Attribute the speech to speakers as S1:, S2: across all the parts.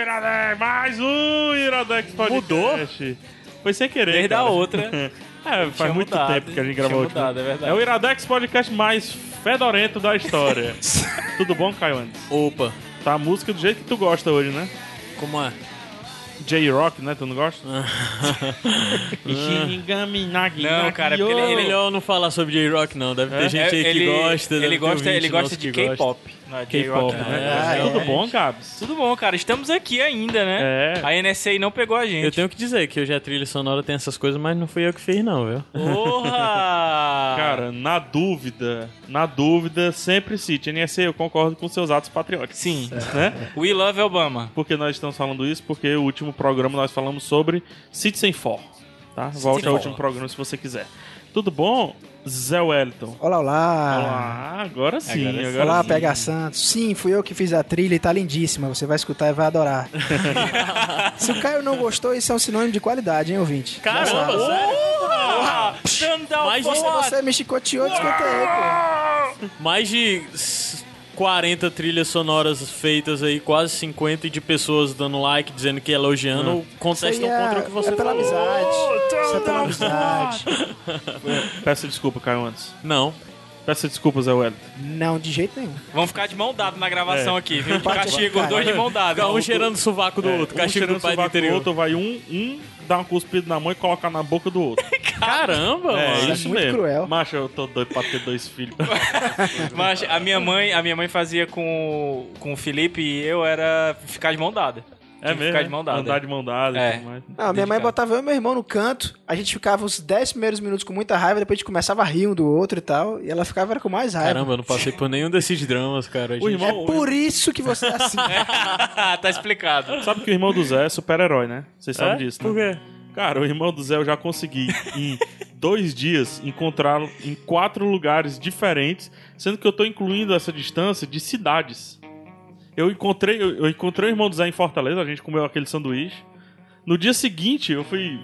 S1: Iradex! Mais um Iradex Podcast. Mudou? Foi sem querer.
S2: Desde
S1: cara.
S2: a outra.
S1: É, faz
S2: Tinha
S1: muito
S2: mudado,
S1: tempo que a gente
S2: tinha
S1: gravou o último.
S2: mudado, é verdade.
S1: É o Iradex Podcast mais fedorento da história. Tudo bom, Caio Andes?
S2: Opa,
S1: Tá a música do jeito que tu gosta hoje, né?
S2: como é?
S1: J-Rock, né? Tu não gosta? Xingaminagi.
S3: Não, cara, porque
S2: É
S3: ele, ele,
S2: melhor não falar sobre J-Rock, não. Deve ter
S1: É?
S2: gente aí
S3: Né?
S2: que
S3: ele-
S2: gosta. deve
S3: ele
S2: ter
S3: gosta, ele
S2: ouvinte
S3: gosta
S2: nosso
S3: de
S2: que gosta. Ah,
S3: K-pop. não é
S1: K-pop,
S3: J-rock,
S1: né?
S2: é,
S1: Tudo
S2: é.
S1: bom, Gabs?
S3: Tudo bom, cara. Estamos aqui ainda, né?
S1: É.
S3: A NSA não pegou a
S2: Eu
S3: gente.
S2: tenho que dizer que hoje a trilha sonora tem essas coisas, mas não fui eu que fiz, não, viu?
S3: Porra!
S1: Cara, na dúvida, na dúvida, sempre cite. NSA, eu concordo com seus atos patrióticos.
S3: Sim.
S1: Né?
S3: We love Obama.
S1: Por que nós estamos falando isso? Porque o último programa nós falamos sobre Citizen 4. Tá? Volte ao
S3: Four.
S1: último programa se você quiser. Tudo bom, Zé Wellington?
S4: Olá, olá.
S1: Olá, agora sim. Agora,
S4: Olá,
S1: sim.
S4: PH Santos. Sim, fui eu que fiz a trilha e tá lindíssima. Você vai escutar e vai adorar. Se o Caio não gostou, isso é um sinônimo de qualidade, hein, ouvinte? Já
S2: Caramba,
S4: sabe.
S2: sério?
S3: Porra! Sandal
S2: Mas
S3: for
S2: isso
S4: Se
S2: é
S3: what?
S4: você me chicoteou, descontei, pô.
S2: Mais de s- 40 trilhas sonoras feitas aí, quase 50 de pessoas dando like, dizendo que elogiando, ou
S4: Isso
S2: contestam
S4: aí é,
S2: contra o que você
S4: é pela
S2: falou. tá
S4: amizade. Isso é pela amizade.
S1: Peço desculpa, Caio Antes.
S2: Não.
S1: Peço desculpa, Zé Wellington.
S4: Não, de jeito nenhum.
S3: Vão ficar de mão dada na gravação
S1: É.
S3: aqui, viu? Castigo, dois de mão dada.
S2: Fica um cheirando o sovaco do outro,
S1: um
S2: castigo
S1: cheirando
S2: do pai do
S1: sovaco
S2: interior.
S1: outro, vai um, um dar um cuspido na mão e colocar na boca do outro.
S2: Caramba,
S1: é,
S2: mano.
S1: isso,
S4: é muito
S1: mesmo.
S4: cruel.
S1: Macho, eu tô doido pra ter dois filhos.
S3: Mas a minha mãe, a minha mãe fazia com, com o Felipe e eu era ficar de mão dada.
S1: É
S3: Tinha que
S1: mesmo?
S3: Ficar
S1: né?
S3: de mão dada.
S1: Andar de mão dada
S3: É.
S1: e tudo mais.
S4: Não, minha mãe
S3: Dedicado.
S4: botava eu e meu irmão no canto, a gente ficava os 10 primeiros minutos com muita raiva, depois a gente começava a rir um do outro e tal, e ela ficava era com mais raiva.
S2: Caramba, eu não passei por nenhum desses dramas, cara. A
S1: O
S2: gente-
S1: irmão-
S4: É por isso que você é assim.
S3: tá explicado.
S1: Sabe que o irmão do Zé é super-herói, né? Vocês sabem disso, né?
S2: É? Por quê?
S1: Cara, o irmão do Zé eu já consegui em dois dias encontrá-lo em quatro lugares diferentes, sendo que eu tô incluindo essa distância de cidades. Eu encontrei, eu, eu encontrei o irmão do Zé em Fortaleza, a gente comeu aquele sanduíche. No dia seguinte, eu fui.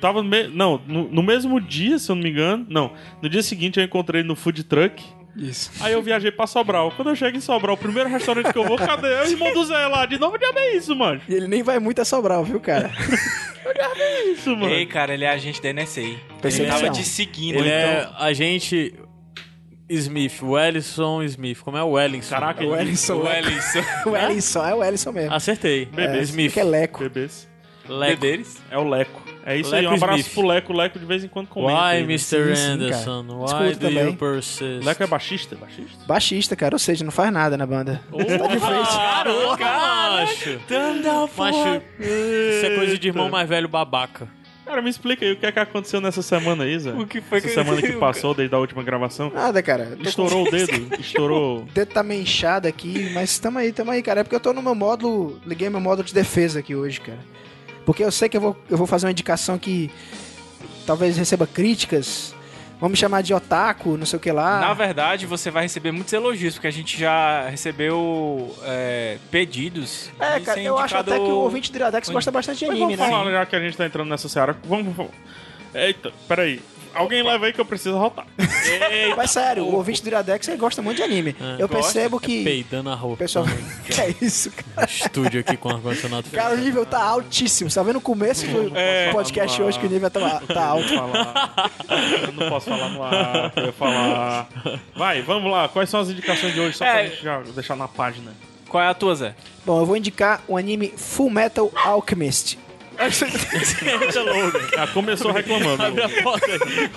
S1: Tava no me- Não, no, no mesmo dia, se eu não me engano. Não. No dia seguinte eu encontrei ele no food truck.
S4: Isso.
S1: Aí eu viajei pra Sobral. Quando eu chego em Sobral, o primeiro restaurante que eu vou, cadê? É o irmão do Zé lá. De novo, diabo é isso, mano.
S4: E ele nem vai muito a Sobral, viu, cara?
S1: Isso, mano.
S3: Ei, cara, ele é agente da NSA. Ele
S4: Percepção.
S3: tava te seguindo,
S2: Ele
S3: então.
S2: é agente Smith, Wellison Smith. Como é o Wellington?
S1: Caraca,
S4: O Ellison. né?
S3: O Ellison.
S4: O Ellison, é o Ellison mesmo.
S2: Acertei.
S1: Bebê.
S4: é,
S2: Né? Ah, Smith.
S4: Que é Leco.
S1: Bebês.
S2: Leco.
S3: deles?
S1: É o Leco. É isso aí.
S2: Leco
S1: Um abraço
S2: Smith.
S1: pro Leco. O Leco de vez em quando comenta.
S2: Why,
S1: aí, né?
S2: Mr.
S4: Sim, sim,
S2: Anderson? Why
S4: cara.
S2: do
S4: Escuto também.
S2: you persist?
S1: Leco é baixista? É baixista?
S4: Baixista, cara, ou seja, não faz nada na banda. tá de frente.
S2: Caraca, macho. Macho, isso é coisa de irmão mais velho babaca.
S1: Cara, me explica aí o que é que aconteceu nessa semana aí, Zé.
S3: O que foi
S1: Essa
S3: que-
S1: semana que passou desde a última gravação.
S4: Nada, cara. Tô com...
S1: Estourou o dedo. Estourou.
S4: O dedo tá meio inchado aqui, mas tamo aí, tamo aí, cara. É porque eu tô no meu módulo, liguei meu módulo de defesa aqui hoje, cara. Porque eu sei que eu vou, eu vou fazer uma indicação que talvez receba críticas. Vão me chamar de otaku, não sei o que lá.
S3: Na verdade, você vai receber muitos elogios, porque a gente já recebeu é, pedidos.
S4: É,
S3: de
S4: cara,
S3: ser
S4: eu acho
S3: indicado-
S4: até que o ouvinte do Iradex gosta bastante de
S1: Mas
S4: anime,
S1: vamos
S4: né?
S1: falar, já que a gente tá entrando nessa seara. Vamos... vamos- Eita, peraí. Alguém leva aí que eu preciso rotar.
S4: Mas sério, o ouvinte do Iradex ele gosta muito de anime. eu percebo que.
S2: Peidando a
S4: o
S2: roupa.
S4: pessoal. que é isso, cara?
S2: Estúdio aqui com ar-condicionado.
S4: Cara, o nível tá altíssimo. Você tá vendo o começo do podcast hoje que o nível tá, tá alto.
S1: falar. Eu não posso falar no ar, eu ia falar. Vai, vamos lá. Quais são as indicações de hoje? Só pra
S3: É.
S1: gente já deixar na página.
S3: Qual é a tua, Zé?
S4: Bom, eu vou indicar o anime Full Metal Alchemist.
S1: Já começou reclamando.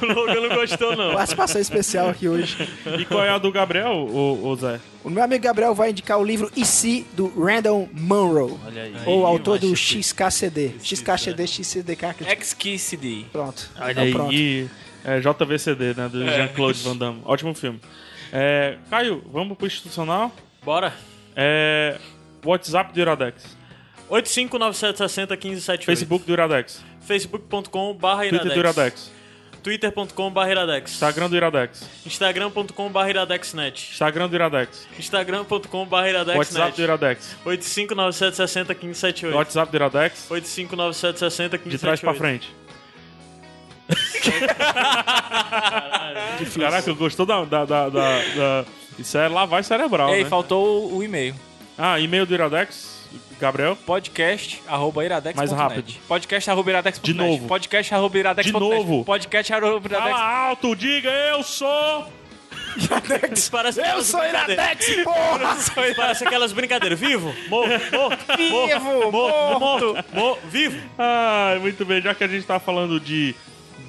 S2: o Logan não gostou, não.
S4: Participação especial aqui hoje.
S1: E qual é a do Gabriel, o, Zé?
S4: O meu amigo Gabriel vai indicar o livro E se do Randall Munro.
S2: Olha aí.
S4: Ou
S2: Aí,
S4: autor do
S2: macho.
S4: XKCD. XKCD, XCDK.
S3: É
S4: que-
S3: XQCD.
S4: Pronto.
S1: Olha
S4: Então, pronto.
S1: aí. É, JVCD, né? Do Jean-Claude Van Damme. Ótimo filme. É, Caio, vamos pro institucional.
S2: Bora.
S1: É, WhatsApp do Iradex.
S2: 8597601578.
S1: Facebook do Iradex.
S2: Facebook.com barra
S1: Twitter do Iradex.
S2: Twitter.com barra iradex.
S1: Instagram do Iradex.
S2: Instagram.com barra iradexnet.
S1: Instagram do Iradex.
S2: Instagram.com barra
S1: WhatsApp do
S2: iradexnet.
S1: Iradex.
S2: 8597601578.
S1: WhatsApp do Iradex.
S2: 8597601578.
S1: De trás pra frente. Caraca, gostou da, da, da, da- da- Isso é lavar cerebral,
S3: Ei,
S1: né?
S3: faltou o, o e-mail.
S1: Ah, e-mail do Iradex, Gabriel.
S3: Podcast arroba iradex.
S1: Mais rápido.
S3: Podcast arroba iradex.
S1: De novo.
S3: Podcast arroba iradex.
S1: De novo.
S3: Podcast arroba iradex.
S1: Fala alto, diga eu sou...
S2: Isso parece
S4: Eu
S2: aquelas
S4: sou
S2: brincadeiras.
S4: Iradex, porra!
S2: Isso Parece aquelas brincadeiras. Vivo?
S1: Morto, morto,
S4: Vivo,
S1: morto, morto.
S2: Mo- vivo?
S1: Ah, muito bem, já que a gente tá falando de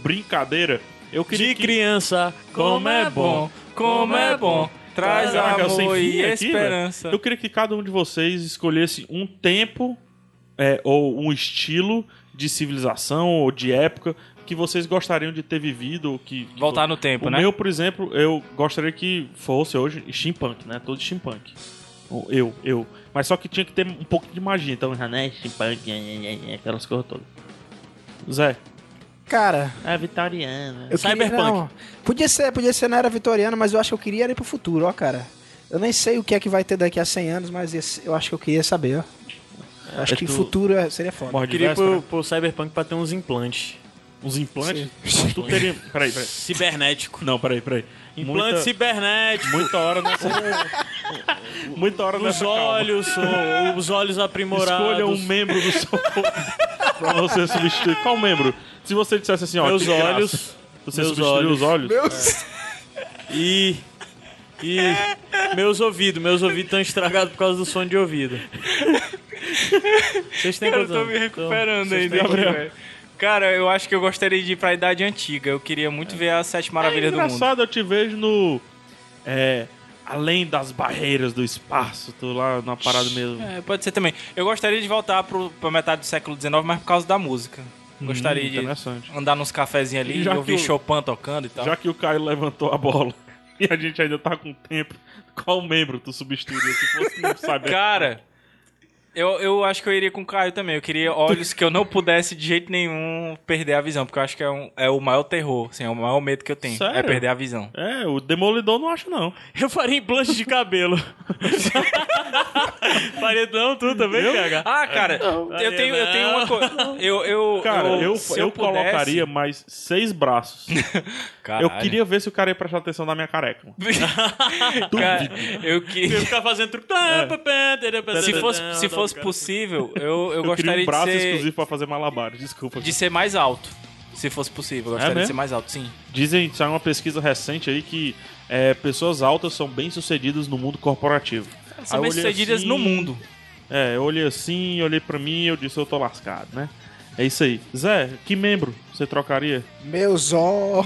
S1: brincadeira, eu queria
S2: De
S1: que...
S2: criança, como é bom.
S3: como é bom. Traz
S1: Caraca, eu sem
S3: amor
S1: fim
S3: e
S1: aqui,
S3: esperança.
S1: velho. Eu queria que cada um de vocês escolhesse um tempo é, ou um estilo de civilização ou de época que vocês gostariam de ter vivido. ou Que, que
S3: Voltar no tempo,
S1: o
S3: né?
S1: meu, por exemplo, eu gostaria que fosse hoje steampunk, né? Todo steampunk. Ou Eu, eu. Mas só que tinha que ter um pouco de magia, então, né? Steampunk, é, é, é, aquelas coisas todas. Zé,
S4: Cara,
S1: é vitoriana.
S4: eu
S2: Cyberpunk.
S4: queria... Não, podia ser, podia ser na era vitoriana, mas eu acho que eu queria era ir pro futuro, ó, cara. Eu nem sei o que é que vai ter daqui a 100 anos, mas esse- eu acho que eu queria saber, ó. Eu acho
S1: É
S4: que
S1: tu-
S4: futuro é- seria foda.
S1: Morde
S2: Queria ir
S1: véspera,
S2: pro, pro Cyberpunk pra ter uns implantes.
S1: Uns implantes?
S4: Sim.
S1: Tu teria... Peraí, peraí.
S2: Cibernético.
S1: Não, peraí, peraí.
S2: Implante
S1: Muita-
S2: cibernético.
S1: Muita hora nessa. Muita hora
S2: Os
S1: nessa.
S2: olhos, o- os olhos
S1: calma.
S2: aprimorados.
S1: Escolha um membro do seu corpo pra você substituir. Qual membro? Se você dissesse assim, ó,
S2: Meus
S1: que graça,
S2: olhos.
S1: Você
S2: meus
S1: substituiria os olhos? É
S2: E. E. Meus ouvidos. Meus ouvidos estão estragados por causa do som de ouvido. Vocês têm
S3: Cara, eu
S2: quantos
S3: tô me
S2: anos?
S3: recuperando
S2: Então, vocês
S3: ainda,
S2: têm-
S3: aqui, velho. Cara, eu acho que eu gostaria de ir pra idade antiga. Eu queria muito
S1: É.
S3: ver as sete maravilhas do mundo.
S1: engraçado, eu te vejo no. É. Além das barreiras do espaço, tu lá na parada mesmo.
S3: É, pode ser também. Eu gostaria de voltar pro, pra metade do século XIX, mas por causa da música. Gostaria
S1: Hum,
S3: de
S1: interessante.
S3: andar nos cafezinhos ali
S1: E
S3: e,
S1: já
S3: ouvir
S1: que o-
S3: Chopin tocando e tal.
S1: Já que o Caio levantou a bola e a gente ainda tá com tempo, qual membro tu substituiria se fosse não saber?
S3: Cara, eu, eu acho que eu iria com o Caio também. Eu queria olhos que eu não pudesse de jeito nenhum perder a visão, porque eu acho que é, um- é o maior terror, assim, é o maior medo que eu tenho.
S1: Sério?
S3: É perder a visão.
S1: É, o Demolidor não acho, não.
S2: Eu faria implante de cabelo. faria não, tu também,
S1: É.
S2: PH?
S3: Ah, cara, eu tenho, eu tenho uma coisa. Eu, eu,
S1: Cara, eu, eu,
S3: se pudesse-
S1: colocaria mais seis braços.
S3: Caralho.
S1: Eu queria ver se o cara ia prestar atenção na minha careca. mano.
S3: Cara, eu
S2: Eu
S3: que...
S2: ficar fazendo Tá, truque. tá,
S3: Se fosse, se fosse possível, eu, eu,
S1: Eu queria
S3: gostaria
S1: um braço
S3: de, ser,
S1: exclusivo pra fazer malabares, desculpa.
S3: de ser mais alto. Se fosse possível, eu gostaria de
S1: É mesmo?
S3: ser mais alto, sim.
S1: Dizem, saiu uma pesquisa recente aí que é, pessoas altas são bem-sucedidas no mundo corporativo.
S3: São
S1: Aí eu olhei
S3: bem-sucedidas
S1: assim,
S3: no mundo.
S1: É, eu olhei assim, olhei pra mim e eu disse, eu tô lascado, né? É isso aí. Zé, que membro você trocaria?
S4: Meus ó.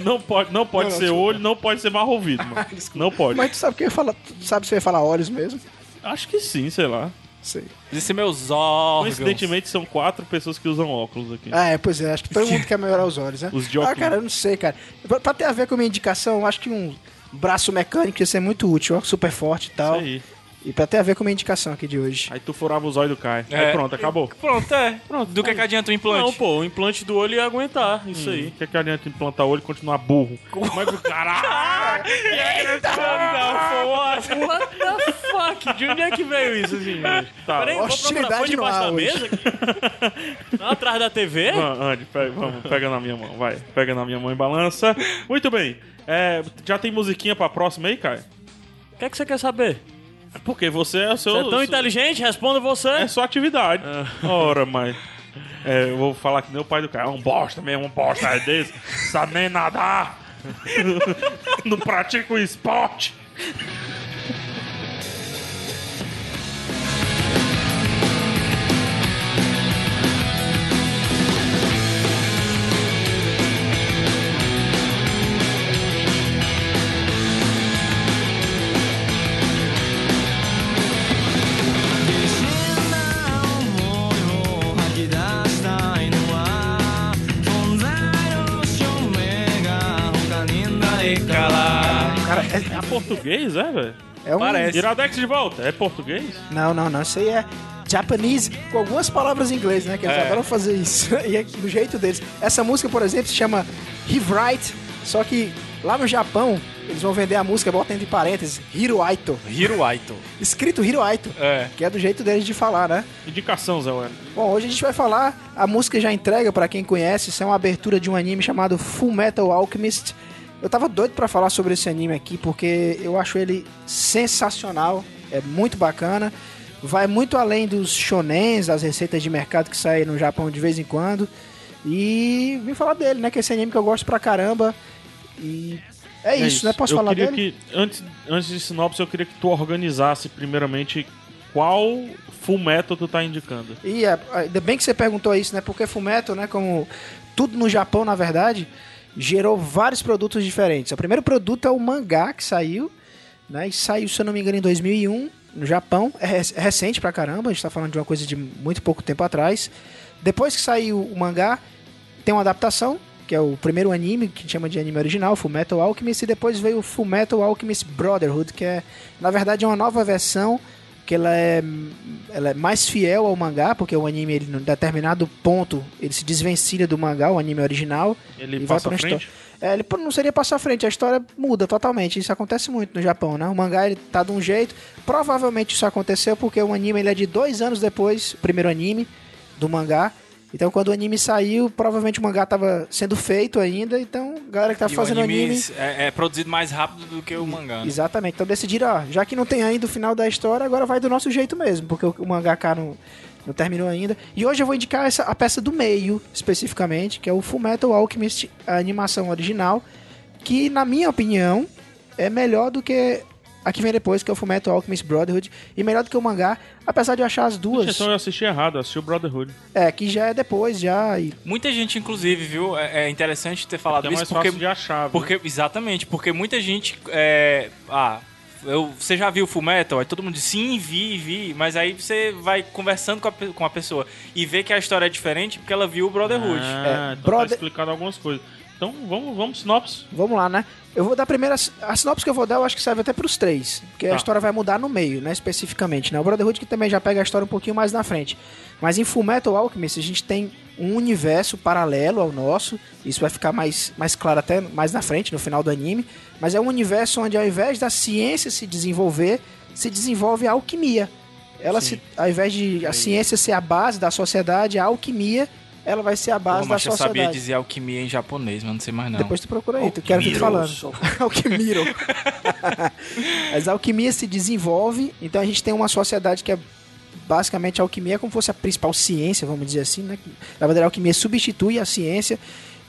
S1: Não pode, não pode
S4: Não, não,
S1: ser
S4: desculpa.
S1: olho, não pode ser barro ouvido, mano.
S4: Desculpa.
S1: não pode.
S4: Mas tu sabe que eu ia falar. Tu sabe se eu ia falar olhos mesmo?
S1: Acho que sim, sei lá.
S4: Sei.
S3: De ser meus órgãos.
S1: Coincidentemente, são quatro pessoas que usam óculos aqui.
S4: Ah, é, pois é, acho que todo mundo quer melhorar os olhos, né?
S1: Os de
S4: Ah,
S1: óculos.
S4: cara, eu não sei, cara. Pra, pra ter a ver com a minha indicação, eu acho que um braço mecânico ia ser muito útil, ó, super forte e tal.
S1: Isso aí.
S4: E pra ter a ver com a minha indicação aqui de hoje.
S1: Aí tu furava os olhos do Caio.
S3: É.
S1: Aí pronto, acabou.
S3: Pronto, é. Do que, é que adianta o implante?
S2: Não, pô, o implante do olho ia aguentar. Isso aí.
S1: Quer que adianta implantar o olho e continuar burro? Como é que o caralho?
S2: What the fuck? De onde é que veio isso, assim?
S1: Tá,
S2: Peraí, vou procurar.
S4: Hostilidade
S2: Foi debaixo
S4: no
S2: da
S4: ar
S2: mesa? aqui? Não, atrás da TV?
S1: vamos, Andy, pega, vamos, pega na minha mão, vai. Pega na minha mão e balança. Muito bem. É, já tem musiquinha pra próxima aí, Caio?
S2: O que é que você quer saber?
S1: Porque você é Ah. o seu.
S2: Você é tão inteligente? Responda você.
S1: É sua atividade. Ora, mas. É, eu vou falar que nem o pai do cara. É um bosta mesmo, um bosta é desse. Sabe nem nadar. Não pratica o esporte.
S4: Cara, é,
S1: Português, é, velho?
S4: é um.
S3: Parece.
S1: Iradex de volta. É português?
S4: Não, não, não. Isso aí é. Japanese com algumas palavras em inglês, né? Que eles
S3: É.
S4: adoram fazer isso. E é do jeito deles. Essa música, por exemplo, se chama Hivright, só que lá no Japão eles vão vender a música, bota entre parênteses, Hiroaito.
S3: Hiro Aito.
S4: Escrito Hiroaito.
S3: É.
S4: Que é do jeito deles de falar, né?
S1: Indicação, Zé Wellington.
S4: Bom, hoje a gente vai falar, a música já entrega pra quem conhece, isso é uma abertura de um anime chamado Full Metal Alchemist. Eu tava doido pra falar sobre esse anime aqui porque eu acho ele sensacional, é muito bacana. Vai muito além dos shonens, das receitas de mercado que saem no Japão de vez em quando. E vim falar dele, né? Que é esse anime que eu gosto pra caramba. E é, isso, né? Posso
S1: eu
S4: falar
S1: queria
S4: dele?
S1: Que, antes, antes de sinopse, eu queria que tu organizasse primeiramente qual full metal tu tá indicando.
S4: E é, ainda bem que você perguntou isso, né? Porque Fumeto, né? Como tudo no Japão, na verdade, gerou vários produtos diferentes. O primeiro produto é o mangá que saiu, né? E saiu, se eu não me engano, em 2001 no Japão. É, rec- é recente pra caramba, a gente tá falando de uma coisa de muito pouco tempo atrás. Depois que saiu o mangá, tem uma adaptação, que é o primeiro anime, que chama de anime original, Fullmetal Alchemist, e depois veio o Fullmetal Alchemist Brotherhood, que é, na verdade, é uma nova versão, que ela é, ela é mais fiel ao mangá, porque o anime, ele, num determinado ponto, ele se desvencilha do mangá, o anime original,
S1: Ele
S4: E vai
S1: passa à
S4: pra uma
S1: frente.
S4: é, ele não seria passar à frente, a história muda totalmente. Isso acontece muito no Japão, né? O mangá ele tá de um jeito. Provavelmente isso aconteceu porque o anime ele é de dois anos depois, o primeiro anime do mangá. Então quando o anime saiu, provavelmente o mangá tava sendo feito ainda. Então, a galera que tá
S3: E o
S4: fazendo anime.
S3: É, é produzido mais rápido do que o mangá. né?
S4: Exatamente. Então decidiram, ó, já que não tem ainda o final da história, agora vai do nosso jeito mesmo, porque o, o mangaka não, não terminou ainda. E hoje eu vou indicar essa, a peça do meio, especificamente, que é o Fullmetal Alchemist, a animação original, que, na minha opinião, é melhor do que a que vem depois, que é o Fullmetal Alchemist Brotherhood, e melhor do que o mangá, apesar de eu achar as
S1: Puxa,
S4: duas,
S1: Então eu assisti errado, eu assisti o Brotherhood.
S4: é, que já é depois, já, e
S3: Muita gente, inclusive, viu? É, é interessante ter falado
S1: Que é
S3: isso
S1: mais
S3: porque
S1: fácil de achar. viu?
S3: Porque, exatamente, porque muita gente. É, ah, eu, você já viu Full Metal? Aí todo mundo diz sim, vi, vi. Mas aí você vai conversando com a, pe- com a pessoa e vê que a história é diferente porque ela viu o Brotherhood.
S1: Ah,
S4: É,
S1: então
S4: brother-
S1: tá explicado algumas coisas. Então vamos, vamos sinopse.
S4: Vamos lá, né? Eu vou dar a primeira. A sinopse que eu vou dar, eu acho que serve até pros três. Porque a
S1: Tá.
S4: história vai mudar no meio, né? Especificamente, né? O Brotherhood que também já pega a história um pouquinho mais na frente. Mas em Fullmetal Alchemist, a gente tem um universo paralelo ao nosso. Isso vai ficar mais, mais claro até mais na frente, no final do anime. Mas é um universo onde, ao invés da ciência se desenvolver, se desenvolve a alquimia. Ela se, ao invés de a ciência ser a base da sociedade, a alquimia ela vai ser a base
S3: Porra,
S4: da
S3: mas eu
S4: sociedade.
S3: sabia dizer alquimia em japonês, mas não sei mais não.
S4: Depois tu procura aí, tu quero ver tu falando. Alquimiro. Mas a alquimia se desenvolve, então a gente tem uma sociedade que é basicamente a alquimia é como se fosse a principal ciência, vamos dizer assim, né? Que, Na verdade, a alquimia substitui a ciência.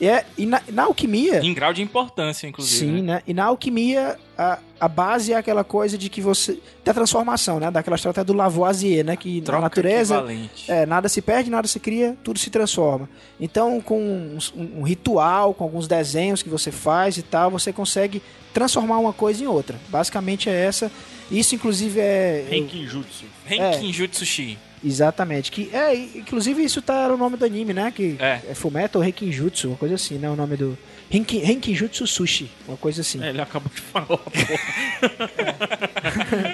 S4: E, é, e na, na alquimia.
S3: Em grau de importância, inclusive.
S4: Sim,
S3: né?
S4: né? E na alquimia, a, a base é aquela coisa de que você. Da transformação, né? Daquela história até do Lavoisier, né? Que
S3: Troca
S4: na natureza
S3: equivalente.
S4: é, nada se perde, nada se cria, tudo se transforma. Então, com um, um ritual, com alguns desenhos que você faz e tal, você consegue transformar uma coisa em outra. Basicamente é essa. Isso, inclusive, é.
S1: Renkinjutsu.
S3: Renkinjutsushi.
S4: Exatamente. Que é, e- inclusive, isso tá no nome do anime, né? Que
S3: É.
S4: é Fumeto ou Reikinjutsu, uma coisa assim, né? O nome do. Renki- Renkinjutsu Sushi, uma coisa assim.
S1: É, ele acabou de falar, porra.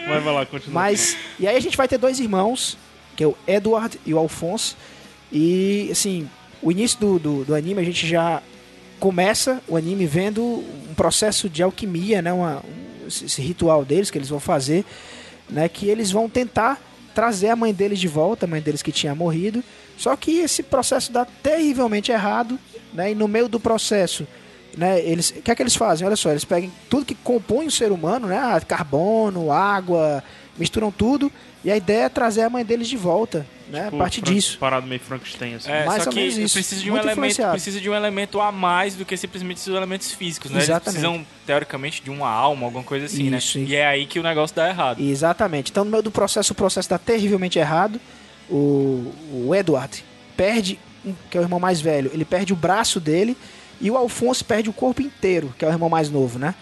S1: Mas vai lá, continua. Tipo,
S4: Mas. E aí a gente vai ter dois irmãos, que é o Edward e o Alphonse. E assim, o início do, do, do anime a gente já começa o anime vendo um processo de alquimia, né? Uma, um- esse esse ritual deles que eles vão fazer, né? Que eles vão tentar trazer a mãe deles de volta, a mãe deles que tinha morrido. Só que esse processo dá terrivelmente errado, né? E no meio do processo, né? Eles, o que é que eles fazem? Olha só, eles pegam tudo que compõe o ser humano, né? ah, Carbono, água, misturam tudo. E a ideia é trazer a mãe deles de volta, né?
S1: Tipo,
S4: a partir
S1: Frank-
S4: disso.
S1: Parado meio Frankenstein, assim.
S3: É,
S4: Mais
S3: só
S4: ou
S3: que
S4: menos isso.
S3: precisa de um
S4: Muito
S3: elemento,
S4: influenciado.
S3: precisa de um elemento a mais do que simplesmente os elementos físicos, né?
S4: Exatamente.
S3: Eles precisam teoricamente de uma alma, alguma coisa assim,
S4: Isso,
S3: né?
S4: e-
S3: E é aí que o negócio dá errado.
S4: Exatamente. Então, no meio do processo, o processo dá terrivelmente errado. O, o Edward perde, um- que é o irmão mais velho, ele perde o braço dele. E o Alfonso perde o corpo inteiro, que é o irmão mais novo, né?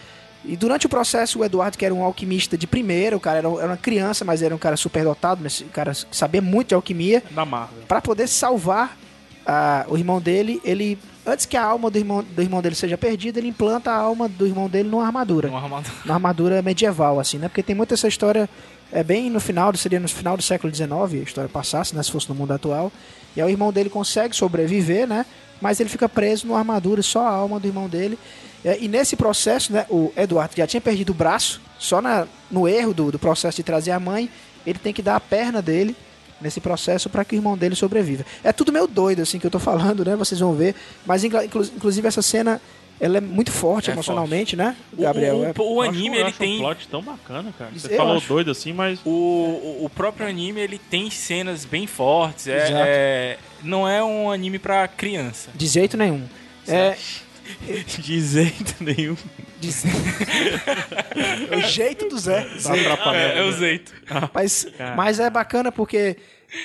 S4: E durante o processo, o Eduardo, que era um alquimista de primeira, o cara era, era uma criança, mas era um cara superdotado, mas um cara que sabia muito de alquimia.
S1: Da Marvel.
S4: Pra poder salvar ah, o irmão dele, ele antes que a alma do irmão, do irmão dele seja perdida, ele implanta a alma do irmão dele numa armadura
S3: Uma armadura.
S4: na armadura medieval, assim, né? Porque tem muito essa história é bem no final, seria no final do século XIX, a história passasse, né, se fosse no mundo atual. E aí o irmão dele consegue sobreviver, né? Mas ele fica preso numa armadura, só a alma do irmão dele. É, E nesse processo, né, o Eduardo já tinha perdido o braço, só na, no erro do, do processo de trazer a mãe, ele tem que dar a perna dele nesse processo para que o irmão dele sobreviva. É tudo meio doido, assim, que eu tô falando, né? Vocês vão ver. Mas, inclu- inclu- inclusive, essa cena, ela é muito forte
S2: É
S4: emocionalmente, né,
S3: O-
S4: Gabriel?
S3: o-
S4: É-
S3: o, o
S1: Eu acho-
S3: anime,
S1: eu
S3: ele
S1: acho
S3: tem...
S1: um plot tão bacana, cara. Você
S4: Eu
S1: falou
S4: acho.
S1: doido assim, mas
S3: O, o- o próprio anime, ele tem cenas bem fortes. É,
S4: Exato.
S3: é- não é um anime pra criança.
S4: De jeito nenhum. É,
S2: De jeito nenhum.
S4: de... é o jeito do Zé.
S1: tá atrapalhando.
S3: É, eu zeito.
S4: Mas, mas é bacana porque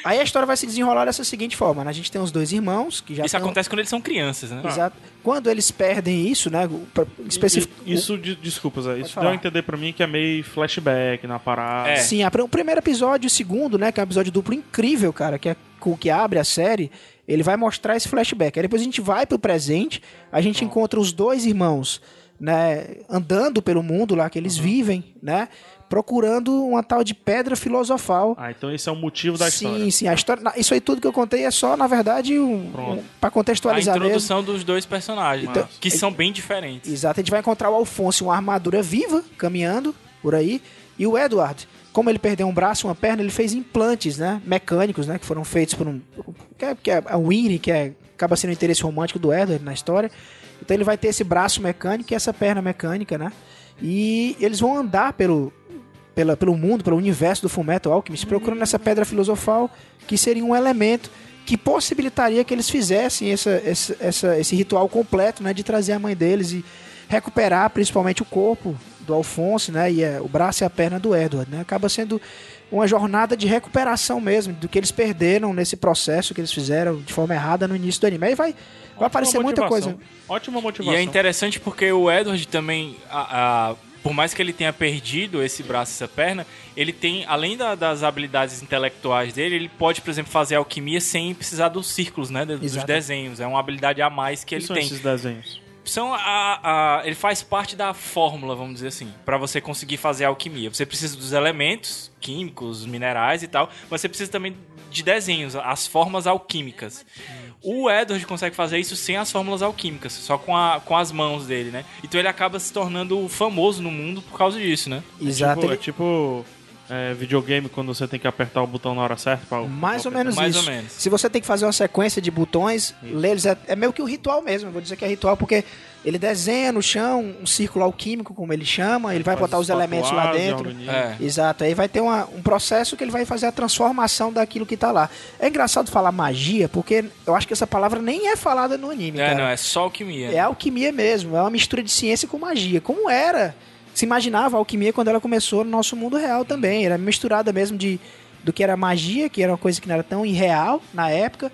S4: aí a história vai se desenrolar dessa seguinte forma, né? A gente tem os dois irmãos que já
S3: Isso
S4: tem um-
S3: acontece quando eles são crianças, né?
S4: Exato. Quando eles perdem isso, né? o- pra- Especific...
S1: E- Isso, de- desculpa, Zé, isso deu
S4: falar.
S1: a entender pra mim que é meio flashback na parada.
S3: É.
S4: Sim, a pr- o primeiro episódio, o segundo, né? Que é um episódio duplo incrível, cara, que é com o que abre a série. Ele vai mostrar esse flashback. Aí depois a gente vai pro presente, a gente
S1: Uhum.
S4: encontra os dois irmãos, né? Andando pelo mundo lá que eles
S1: Uhum.
S4: vivem, né? Procurando uma tal de pedra filosofal.
S1: Ah, então esse é o motivo da
S4: sim,
S1: história.
S4: sim. A história, na- isso aí tudo que eu contei é só, na verdade, um,
S1: Pronto.
S4: um, para
S3: A
S4: contextualizar mesmo.
S3: introdução dos dois personagens,
S4: Então-
S3: que são bem diferentes.
S4: Exato. A gente vai encontrar o Alfonso, uma armadura viva, caminhando por aí. E o Edward, como ele perdeu um braço, uma perna, ele fez implantes, né? Mecânicos, né? Que foram feitos por um. Que é, que é a Winnie, que é, acaba sendo o interesse romântico do Edward na história. Então ele vai ter esse braço mecânico e essa perna mecânica, né? E eles vão andar pelo, pela, pelo mundo, pelo universo do Fullmetal Alchemist, procurando essa pedra filosofal que seria um elemento que possibilitaria que eles fizessem essa, essa, essa- esse ritual completo, né, de trazer a mãe deles e recuperar principalmente o corpo do Alfonso, né, e eh, o braço e a perna do Edward, né? Acaba sendo uma jornada de recuperação mesmo do que eles perderam nesse processo que eles fizeram de forma errada no início do anime. Aí vai, vai aparecer muita
S1: motivação.
S4: coisa.
S1: Ótima
S3: E
S1: motivação.
S3: é interessante porque o Edward também, a- a- por mais que ele tenha perdido esse braço, essa perna, ele tem, além da- das habilidades intelectuais dele, ele pode, por exemplo, fazer alquimia sem precisar dos círculos, né? Dos
S4: Exato.
S3: desenhos. É uma habilidade a mais que
S1: que
S3: ele
S1: são
S3: tem.
S1: esses desenhos?
S3: São a, a- ele faz parte da fórmula, vamos dizer assim, pra você conseguir fazer alquimia. Você precisa dos elementos químicos, minerais e tal, mas você precisa também de desenhos, as formas alquímicas. O Edward consegue fazer isso sem as fórmulas alquímicas, só com, a, com as mãos dele, né? Então ele acaba se tornando famoso no mundo por causa disso, né?
S4: Exato.
S1: Tipo, é
S4: ele-
S1: tipo é, videogame quando você tem que apertar o botão na hora certa. Pra,
S4: Mais
S1: pra
S4: ou menos
S3: Mais
S4: isso.
S3: ou menos.
S4: Se você tem que fazer uma sequência de botões, lê eles é, é meio que um ritual mesmo. Eu vou dizer que é ritual porque ele desenha no chão um círculo alquímico, como ele chama, ele vai
S1: faz
S4: botar os elementos lá
S1: tatuagens,
S4: dentro.
S1: organiza.
S2: É.
S3: É.
S4: Exato, aí vai ter uma- um processo que ele vai fazer a transformação daquilo que tá lá. É engraçado falar magia, porque eu acho que essa palavra nem é falada no anime,
S3: É,
S4: cara.
S3: não, é só alquimia.
S4: É alquimia mesmo, é uma mistura de ciência com magia. Como era? Se imaginava a alquimia quando ela começou no nosso mundo real também. Era misturada mesmo de do que era magia, que era uma coisa que não era tão irreal na época,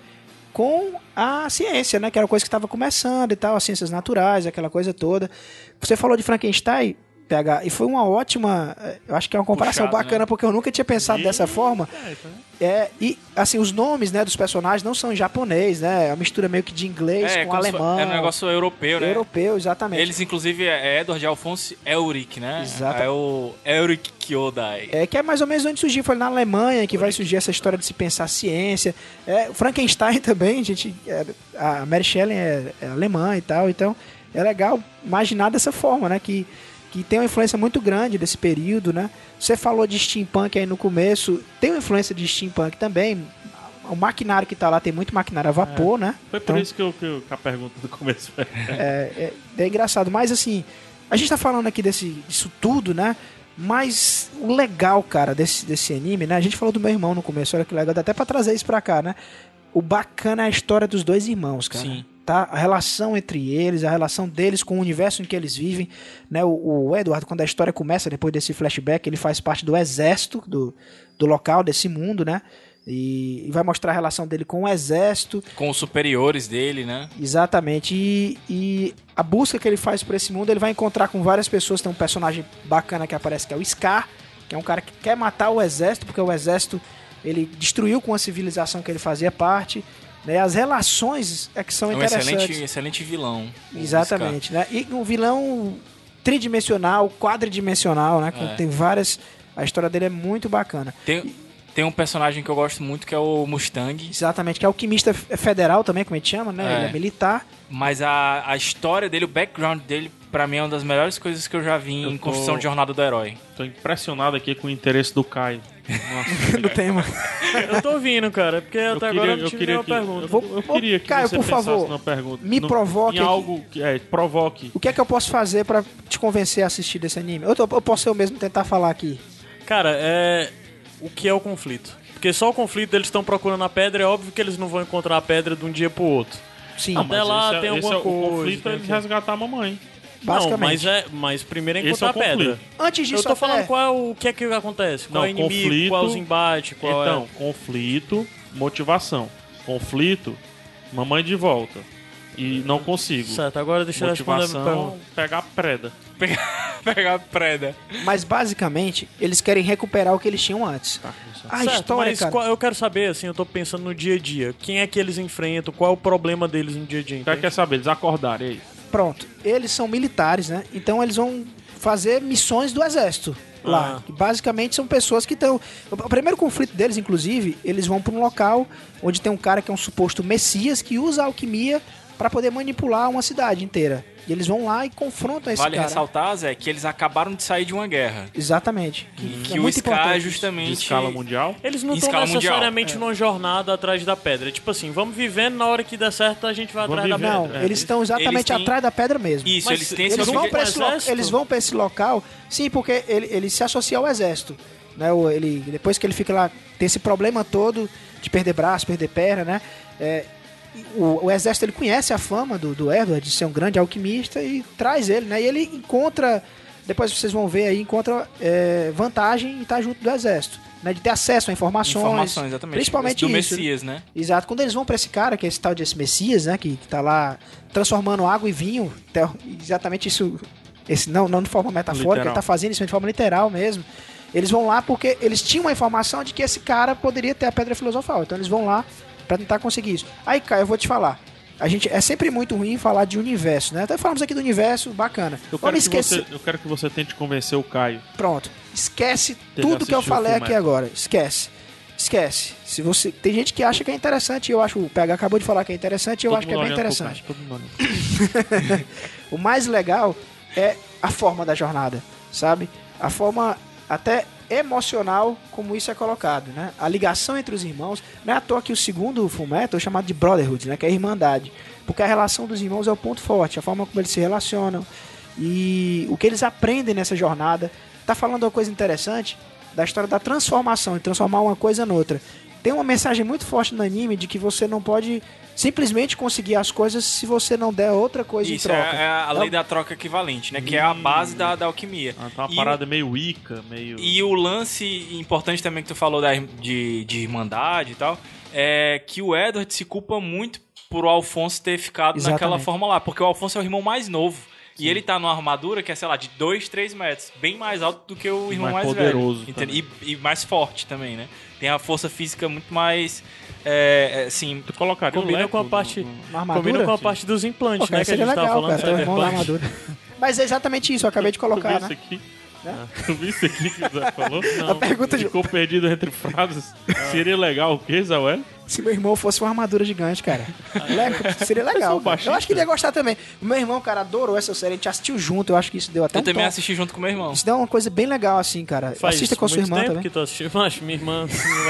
S4: com a ciência, né? Que era uma coisa que estava começando e tal, as ciências naturais, aquela coisa toda. Você falou de Frankenstein, PH, e foi uma ótima. eh, Eu acho que é uma comparação
S3: Puxado,
S4: bacana, porque eu nunca tinha pensado dessa forma.
S1: É,
S3: tá
S1: então,
S4: É, e assim, os nomes né, dos personagens não são em japonês, né? É uma mistura meio que de inglês com
S3: como se fo-
S4: alemão.
S3: é um negócio europeu, né?
S4: Europeu, exatamente.
S3: Eles, inclusive, é Edward e Alphonse Elric, né?
S4: Exato.
S3: É o Elric Kyodai.
S4: É, que é mais ou menos onde surgiu, foi na Alemanha que vai surgir essa história de se pensar ciência. É, o Frankenstein também, gente, é, a Mary Shelley é, é alemã e tal, então é legal imaginar dessa forma, né? Que, que tem uma influência muito grande desse período, né? Você falou de steampunk aí no começo, tem uma influência de steampunk também. O maquinário que tá lá tem muito maquinário a vapor, né?
S1: Foi por
S4: Então-
S1: isso que, eu, que, eu- que a pergunta do começo foi.
S4: É, é- é engraçado, mas assim, a gente tá falando aqui desse, disso tudo, né? Mas o legal, cara, desse, desse anime, né? A gente falou do meu irmão no começo, olha que legal, dá até pra trazer isso pra cá, né? O bacana é a história dos dois irmãos, cara.
S3: Sim.
S4: Tá? A relação entre eles, a relação deles com o universo em que eles vivem. Né? O, o Edward, quando a história começa, depois desse flashback, ele faz parte do exército do, do local, desse mundo, né? E, e vai mostrar a relação dele com o exército.
S3: Com os superiores dele, né?
S4: Exatamente. E, e a busca que ele faz por esse mundo, ele vai encontrar com várias pessoas. Tem um personagem bacana que aparece, que é o Scar, que é um cara que quer matar o exército, porque o exército ele destruiu com a civilização que ele fazia parte. Né? As relações é que são
S3: É um
S4: interessantes.
S3: excelente, excelente vilão. o
S4: Exatamente, né? E um vilão tridimensional, quadridimensional, né? Com-
S3: É.
S4: Tem várias A história dele é muito bacana.
S3: Tem, tem um personagem que eu gosto muito que é o Mustang,
S4: Exatamente, que é alquimista f- federal também, como a gente chama, né?
S3: É.
S4: Ele é militar.
S3: mas a, a história dele, o background dele, pra mim é uma das melhores coisas que eu já vi
S1: Eu
S3: em
S1: tô-
S3: Confissão de Jornada do Herói.
S1: Tô impressionado aqui com o interesse do Caio. Nossa,
S3: É.
S4: do tema.
S2: Eu tô ouvindo, cara, é porque
S1: eu
S2: até agora
S1: queria,
S2: eu não
S1: eu
S2: tive
S1: queria
S2: nenhuma
S1: que,
S2: pergunta.
S1: eu, eu
S4: Vou-
S1: queria que
S4: Caio,
S1: você
S4: por
S1: pensasse
S4: favor,
S1: na pergunta.
S4: me provoque
S1: Em
S4: aqui.
S1: algo que... É, provoque.
S4: O que é que eu posso fazer pra te convencer a assistir desse anime? Eu, tô- eu posso eu mesmo tentar falar aqui.
S2: Cara, é. O que é o conflito? Porque só o conflito eles estão procurando a pedra, é óbvio que eles não vão encontrar a pedra de um dia pro outro.
S4: Sim,
S2: Não, mas- Até lá
S1: Esse é-
S2: tem
S1: esse
S2: alguma
S1: é o-
S2: coisa,
S1: O conflito é
S2: tem
S1: de
S2: que-
S1: resgatar a mamãe.
S2: Não,
S4: basicamente.
S2: mas, é, mas primeiro é
S1: Esse é
S2: encontrar
S1: o
S2: a pedra.
S1: conflito.
S4: Antes
S2: Eu
S4: disso,
S2: tô falando
S4: até-
S2: qual é o o que é que acontece,
S1: Não,
S2: qual é o inimigo,
S1: conflito-
S2: qual é os embates, qual
S1: então,
S2: é.
S1: conflito, motivação. Conflito, mamãe de volta. E não consigo.
S2: Certo, agora deixa eu responder a minha
S1: Motivação,
S2: pergunta.
S1: pegar a preda. é
S3: Pegar a preda.
S4: mas basicamente, eles querem recuperar o que eles tinham antes. A
S2: Tá, é Certo,
S4: história,
S2: mas
S4: cara.
S2: qual- eu quero saber, assim, eu tô pensando no dia a dia. Quem é que eles enfrentam, qual é o problema deles no dia a dia,
S1: O cara
S2: entende?
S1: quer saber, eles acordarem aí.
S4: Pronto, eles são militares, né? Então eles vão fazer missões do exército lá.
S2: Ah.
S4: Que Basicamente são pessoas que estão. O primeiro conflito deles, inclusive, eles vão para um local onde tem um cara que é um suposto messias que usa a alquimia para poder manipular uma cidade inteira. E eles vão lá e confrontam esse
S3: Vale
S4: cara.
S3: ressaltar, Zé, que eles acabaram de sair de uma guerra.
S4: Exatamente. Que,
S3: Que
S4: é
S3: o
S4: muito
S3: Sky
S4: importante.
S1: De
S3: justamente...
S1: escala mundial.
S2: Eles não
S3: Em
S2: estão
S3: escala mundial.
S2: necessariamente
S4: É.
S2: numa jornada atrás da pedra. É Tipo assim, vamos vivendo, na hora que der certo a gente vai
S1: Vamos
S2: atrás da
S1: vivendo,
S2: pedra.
S4: Não,
S1: É,
S4: eles estão exatamente
S3: têm-
S4: atrás da pedra mesmo.
S3: Isso,
S2: Mas
S3: eles têm
S4: Eles
S3: esse
S4: vão,
S3: objetivo.
S4: pra esse lo-
S2: exército?
S4: eles vão pra esse local, sim, porque ele, ele se associa ao exército. Né? O- Ele, depois que ele fica lá, tem esse problema todo de perder braço, perder perna, né? É, o, o exército ele conhece a fama do, do Edward de ser um grande alquimista e traz ele, né? E ele encontra, depois vocês vão ver aí, encontra é, vantagem em estar junto do exército, né? De ter acesso a informações.
S3: Informações, exatamente.
S4: Principalmente
S3: do
S4: isso.
S3: Messias, né?
S4: Exato. Quando eles vão pra esse cara, que é esse tal de esse Messias, né? Que, que tá lá transformando água em vinho. até- exatamente isso. Esse, não, não de forma metafórica,
S1: Literal.
S4: ele tá fazendo isso de forma literal mesmo. Eles vão lá porque eles tinham a informação de que esse cara poderia ter a pedra filosofal. Então eles vão lá pra tentar conseguir isso. Aí, Caio, eu vou te falar. A gente é sempre muito ruim falar de universo, né? Até falamos aqui do universo, bacana.
S1: Eu quero,
S4: Vamos
S1: que
S4: esquecer.
S1: você, eu quero que você tente convencer o Caio.
S4: Pronto. Esquece
S1: Teve
S4: tudo que eu
S1: assistir o
S4: falei
S1: filme.
S4: aqui agora. Esquece. Esquece. Se você tem gente que acha que é interessante, eu acho o PH acabou de falar que é interessante, eu
S1: Todo
S4: acho que é
S1: mundo
S4: bem
S1: olhando pro
S4: interessante.
S1: Caio, todo mundo olhando.
S4: O mais legal é a forma da jornada, sabe? A forma até emocional como isso é colocado, né? A ligação entre os irmãos, não é à toa que o segundo fumetto é chamado de brotherhood, né? Que é a irmandade, porque a relação dos irmãos é o ponto forte, a forma como eles se relacionam e o que eles aprendem nessa jornada. Tá falando uma coisa interessante da história da transformação, de transformar uma coisa noutra. Tem uma mensagem muito forte no anime de que você não pode simplesmente conseguir as coisas se você não der outra coisa
S3: Isso
S4: em
S3: é,
S4: troca.
S3: é a lei da troca equivalente, né? Que é a base da, da alquimia.
S1: Ah, tá uma
S3: E o-
S1: parada meio Wicca, meio...
S3: E o lance importante também que tu falou da, ir- de, de irmandade e tal, é que o Edward se culpa muito por o Alfonso ter ficado
S4: Exatamente.
S3: naquela forma lá, porque o Alfonso é o irmão mais novo. E ele tá numa armadura que é, sei lá, de 2, 3 metros, bem mais alto do que o irmão
S1: mais
S3: mais,
S1: poderoso
S3: velho. entende? E, e mais forte também, né? Tem a força física muito mais. É, é, assim,
S1: Tu colocaria
S2: Combina
S1: um leco
S2: com a
S1: no-
S2: parte-
S1: no-
S4: Uma
S2: Combina
S4: armadura?
S2: com a parte dos implantes,
S4: Pô, cara,
S2: né? Que a gente
S4: seria
S2: tava
S4: legal,
S2: falando né?
S4: cara, ter um
S2: do
S4: irmão na
S2: cyberpunk.
S4: armadura. Mas é exatamente isso, eu acabei de
S1: Tu viu
S4: colocar,
S1: isso
S4: né?
S1: aqui? Tu viu isso aqui que o Zé falou?
S4: A pergunta de
S1: Ficou perdido entre frases.
S3: Ah.
S1: Seria legal o quê, Zé Well?
S4: se meu irmão fosse uma armadura gigante, cara. Le- seria legal. cara. Eu acho que ele ia gostar também. O meu irmão, cara, adorou essa série, a gente assistiu junto, eu acho que isso deu até
S3: eu
S4: um
S3: também
S4: tom.
S3: assisti junto com meu irmão.
S4: Isso deu uma coisa bem legal, assim, cara.
S2: Faz
S4: Assista com a sua
S2: muito
S4: irmã
S2: tempo
S4: também.
S2: que tu assistiu, mas minha irmã...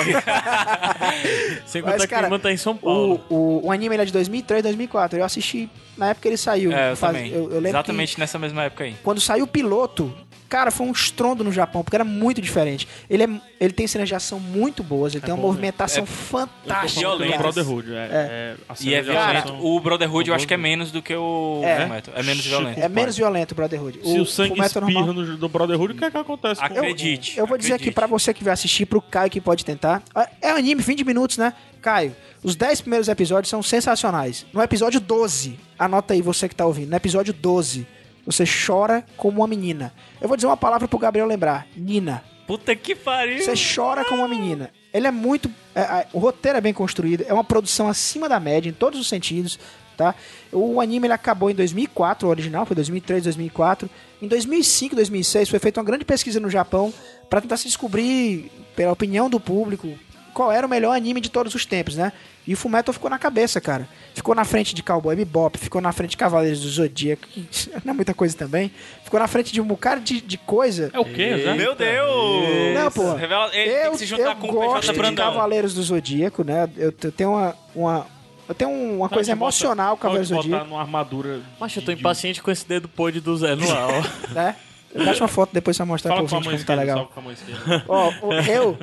S2: Sem contar
S4: Mas,
S2: que minha
S4: cara,
S2: irmã tá em São Paulo.
S4: O, o, o anime ele é de 2003, 2004. Eu assisti na época que ele saiu.
S3: É, eu
S4: Faz-
S3: também.
S4: eu- eu lembro que-
S3: Exatamente nessa mesma época aí.
S4: Quando saiu o piloto, cara, foi um estrondo no Japão, porque era muito diferente. Ele, é, ele tem cenas de ação muito boas,
S3: É
S4: ele tem uma
S1: bom, né?
S4: movimentação
S1: Eu tô
S4: fantástica.
S1: falando pelo
S3: violento.
S4: cara.
S1: Brotherhood. É, é, a
S3: E é
S1: serialização-
S3: violento. o Brotherhood eu acho que é
S1: Brotherhood.
S3: menos do que o
S4: É.
S3: Fullmetal. É menos
S1: Chico.
S3: violento.
S4: É menos violento o é Brotherhood.
S1: Se o sangue
S4: Fullmetal
S1: espirra no, no Brotherhood, o que é que acontece? com-
S3: Acredite.
S4: Eu vou dizer aqui
S3: acredite.
S4: pra você que vai assistir, pro Caio que pode tentar. É um anime, 20 minutos, né? Caio, os 10 primeiros episódios são sensacionais. No episódio 12, anota aí você que tá ouvindo, no episódio 12, você chora como uma menina. Eu vou dizer uma palavra pro Gabriel lembrar: Nina.
S3: Puta que pariu.
S4: Você chora como uma menina. Ele é muito. é, é, o roteiro é bem construído, é uma produção acima da média em todos os sentidos. tá? O anime ele acabou em 2004, o original foi 2003, 2004. Em 2005, 2006 foi feita uma grande pesquisa no Japão para tentar se descobrir, pela opinião do público, qual era o melhor anime de todos os tempos, né? E o Fullmetal ficou na cabeça, cara. Ficou na frente de Cowboy Bebop, ficou na frente de Cavaleiros do Zodíaco, que não é muita coisa também. Ficou na frente de um bocado de, de coisa.
S1: É o quê, Zé?
S3: Meu Deus!
S4: Não, pô.
S3: Revela... Ele tem que se juntar
S4: eu
S3: com o
S4: gosto
S3: PJ
S4: de
S3: Brandão.
S4: Cavaleiros do Zodíaco, né? Eu t- tenho uma, uma eu tenho uma coisa emocional com Cavaleiros do
S1: Pode botar
S4: Zodíaco,
S1: numa armadura.
S2: Mas eu
S1: de-
S2: tô
S1: de-
S2: impaciente com esse dedo podre do Zé no ar, ó.
S4: né? Baixa uma foto depois pra mostrar pra
S1: Fala com a
S4: vocês
S1: mão
S4: como tá
S1: esquerda. salve
S4: legal.
S1: com a mão esquerda.
S4: Ó, o- eu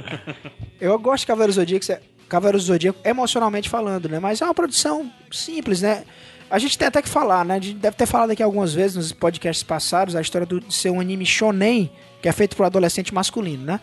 S4: eu gosto de Cavaleiros do Zodíaco, cê- Cavaleiros do Zodíaco emocionalmente falando, né? Mas é uma produção simples, né? A gente tem até que falar, né? A gente deve ter falado aqui algumas vezes nos podcasts passados a história do, de ser um anime shonen, que é feito por adolescente masculino, né?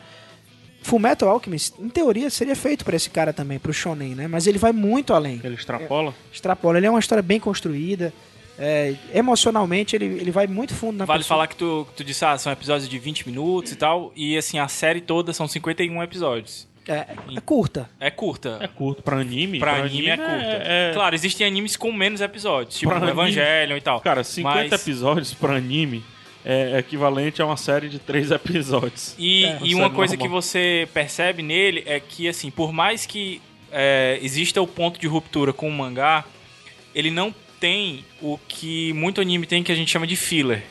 S4: Fullmetal Alchemist, em teoria, seria feito pra esse cara também, pro shonen, né? Mas ele vai muito além
S1: Ele extrapola.
S4: extrapola. Ele é uma história bem construída. é, emocionalmente, ele, ele vai muito fundo na
S3: Vale
S4: pessoa.
S3: falar que tu, que tu disse, ah, são episódios de 20 minutos e tal. E assim, a série toda são 51 episódios.
S4: É, é curta.
S3: É curta.
S1: É curto. Pra anime?
S3: Pra anime é curta.
S1: É, é-
S3: Claro, existem animes com menos episódios, tipo
S1: Pra
S3: o Evangelion e tal.
S1: Cara, 50
S3: Mas-
S1: episódios pra anime é equivalente a uma série de 3 episódios.
S3: E,
S4: É.
S3: e
S1: Consegue
S3: uma coisa
S1: normal.
S3: que você percebe nele é que, assim, por mais que é, exista o ponto de ruptura com o mangá, ele não tem o que muito anime tem que a gente chama de filler.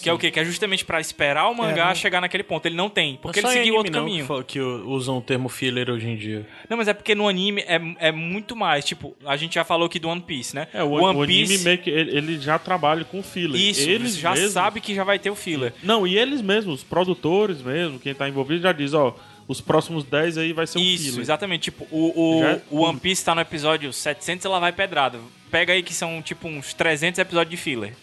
S3: Que é o quê? Que é justamente pra esperar o mangá
S4: não-
S3: chegar naquele ponto. Ele não tem, porque
S2: Não é
S3: ele
S2: só em
S3: seguiu
S2: anime,
S3: outro
S2: não,
S3: caminho.
S2: Que, fa- que usam o termo filler hoje em dia.
S3: Não, mas é porque no anime é, é muito mais. Tipo, a gente já falou aqui do One Piece, né?
S1: É, o, o anime meio que ele, ele já trabalha com filler.
S3: Isso,
S1: eles
S3: eles já
S1: mesmos-
S3: sabe que já vai ter o filler.
S1: Não, e eles mesmos, os produtores mesmo, quem tá envolvido já diz, ó, os próximos 10 aí vai ser um
S3: Isso,
S1: filler.
S3: exatamente. Tipo, o, o,
S1: Já é
S3: o One Piece tá no episódio 700 ela vai pedrada. Pega aí que são, tipo, uns 300 episódios de filler.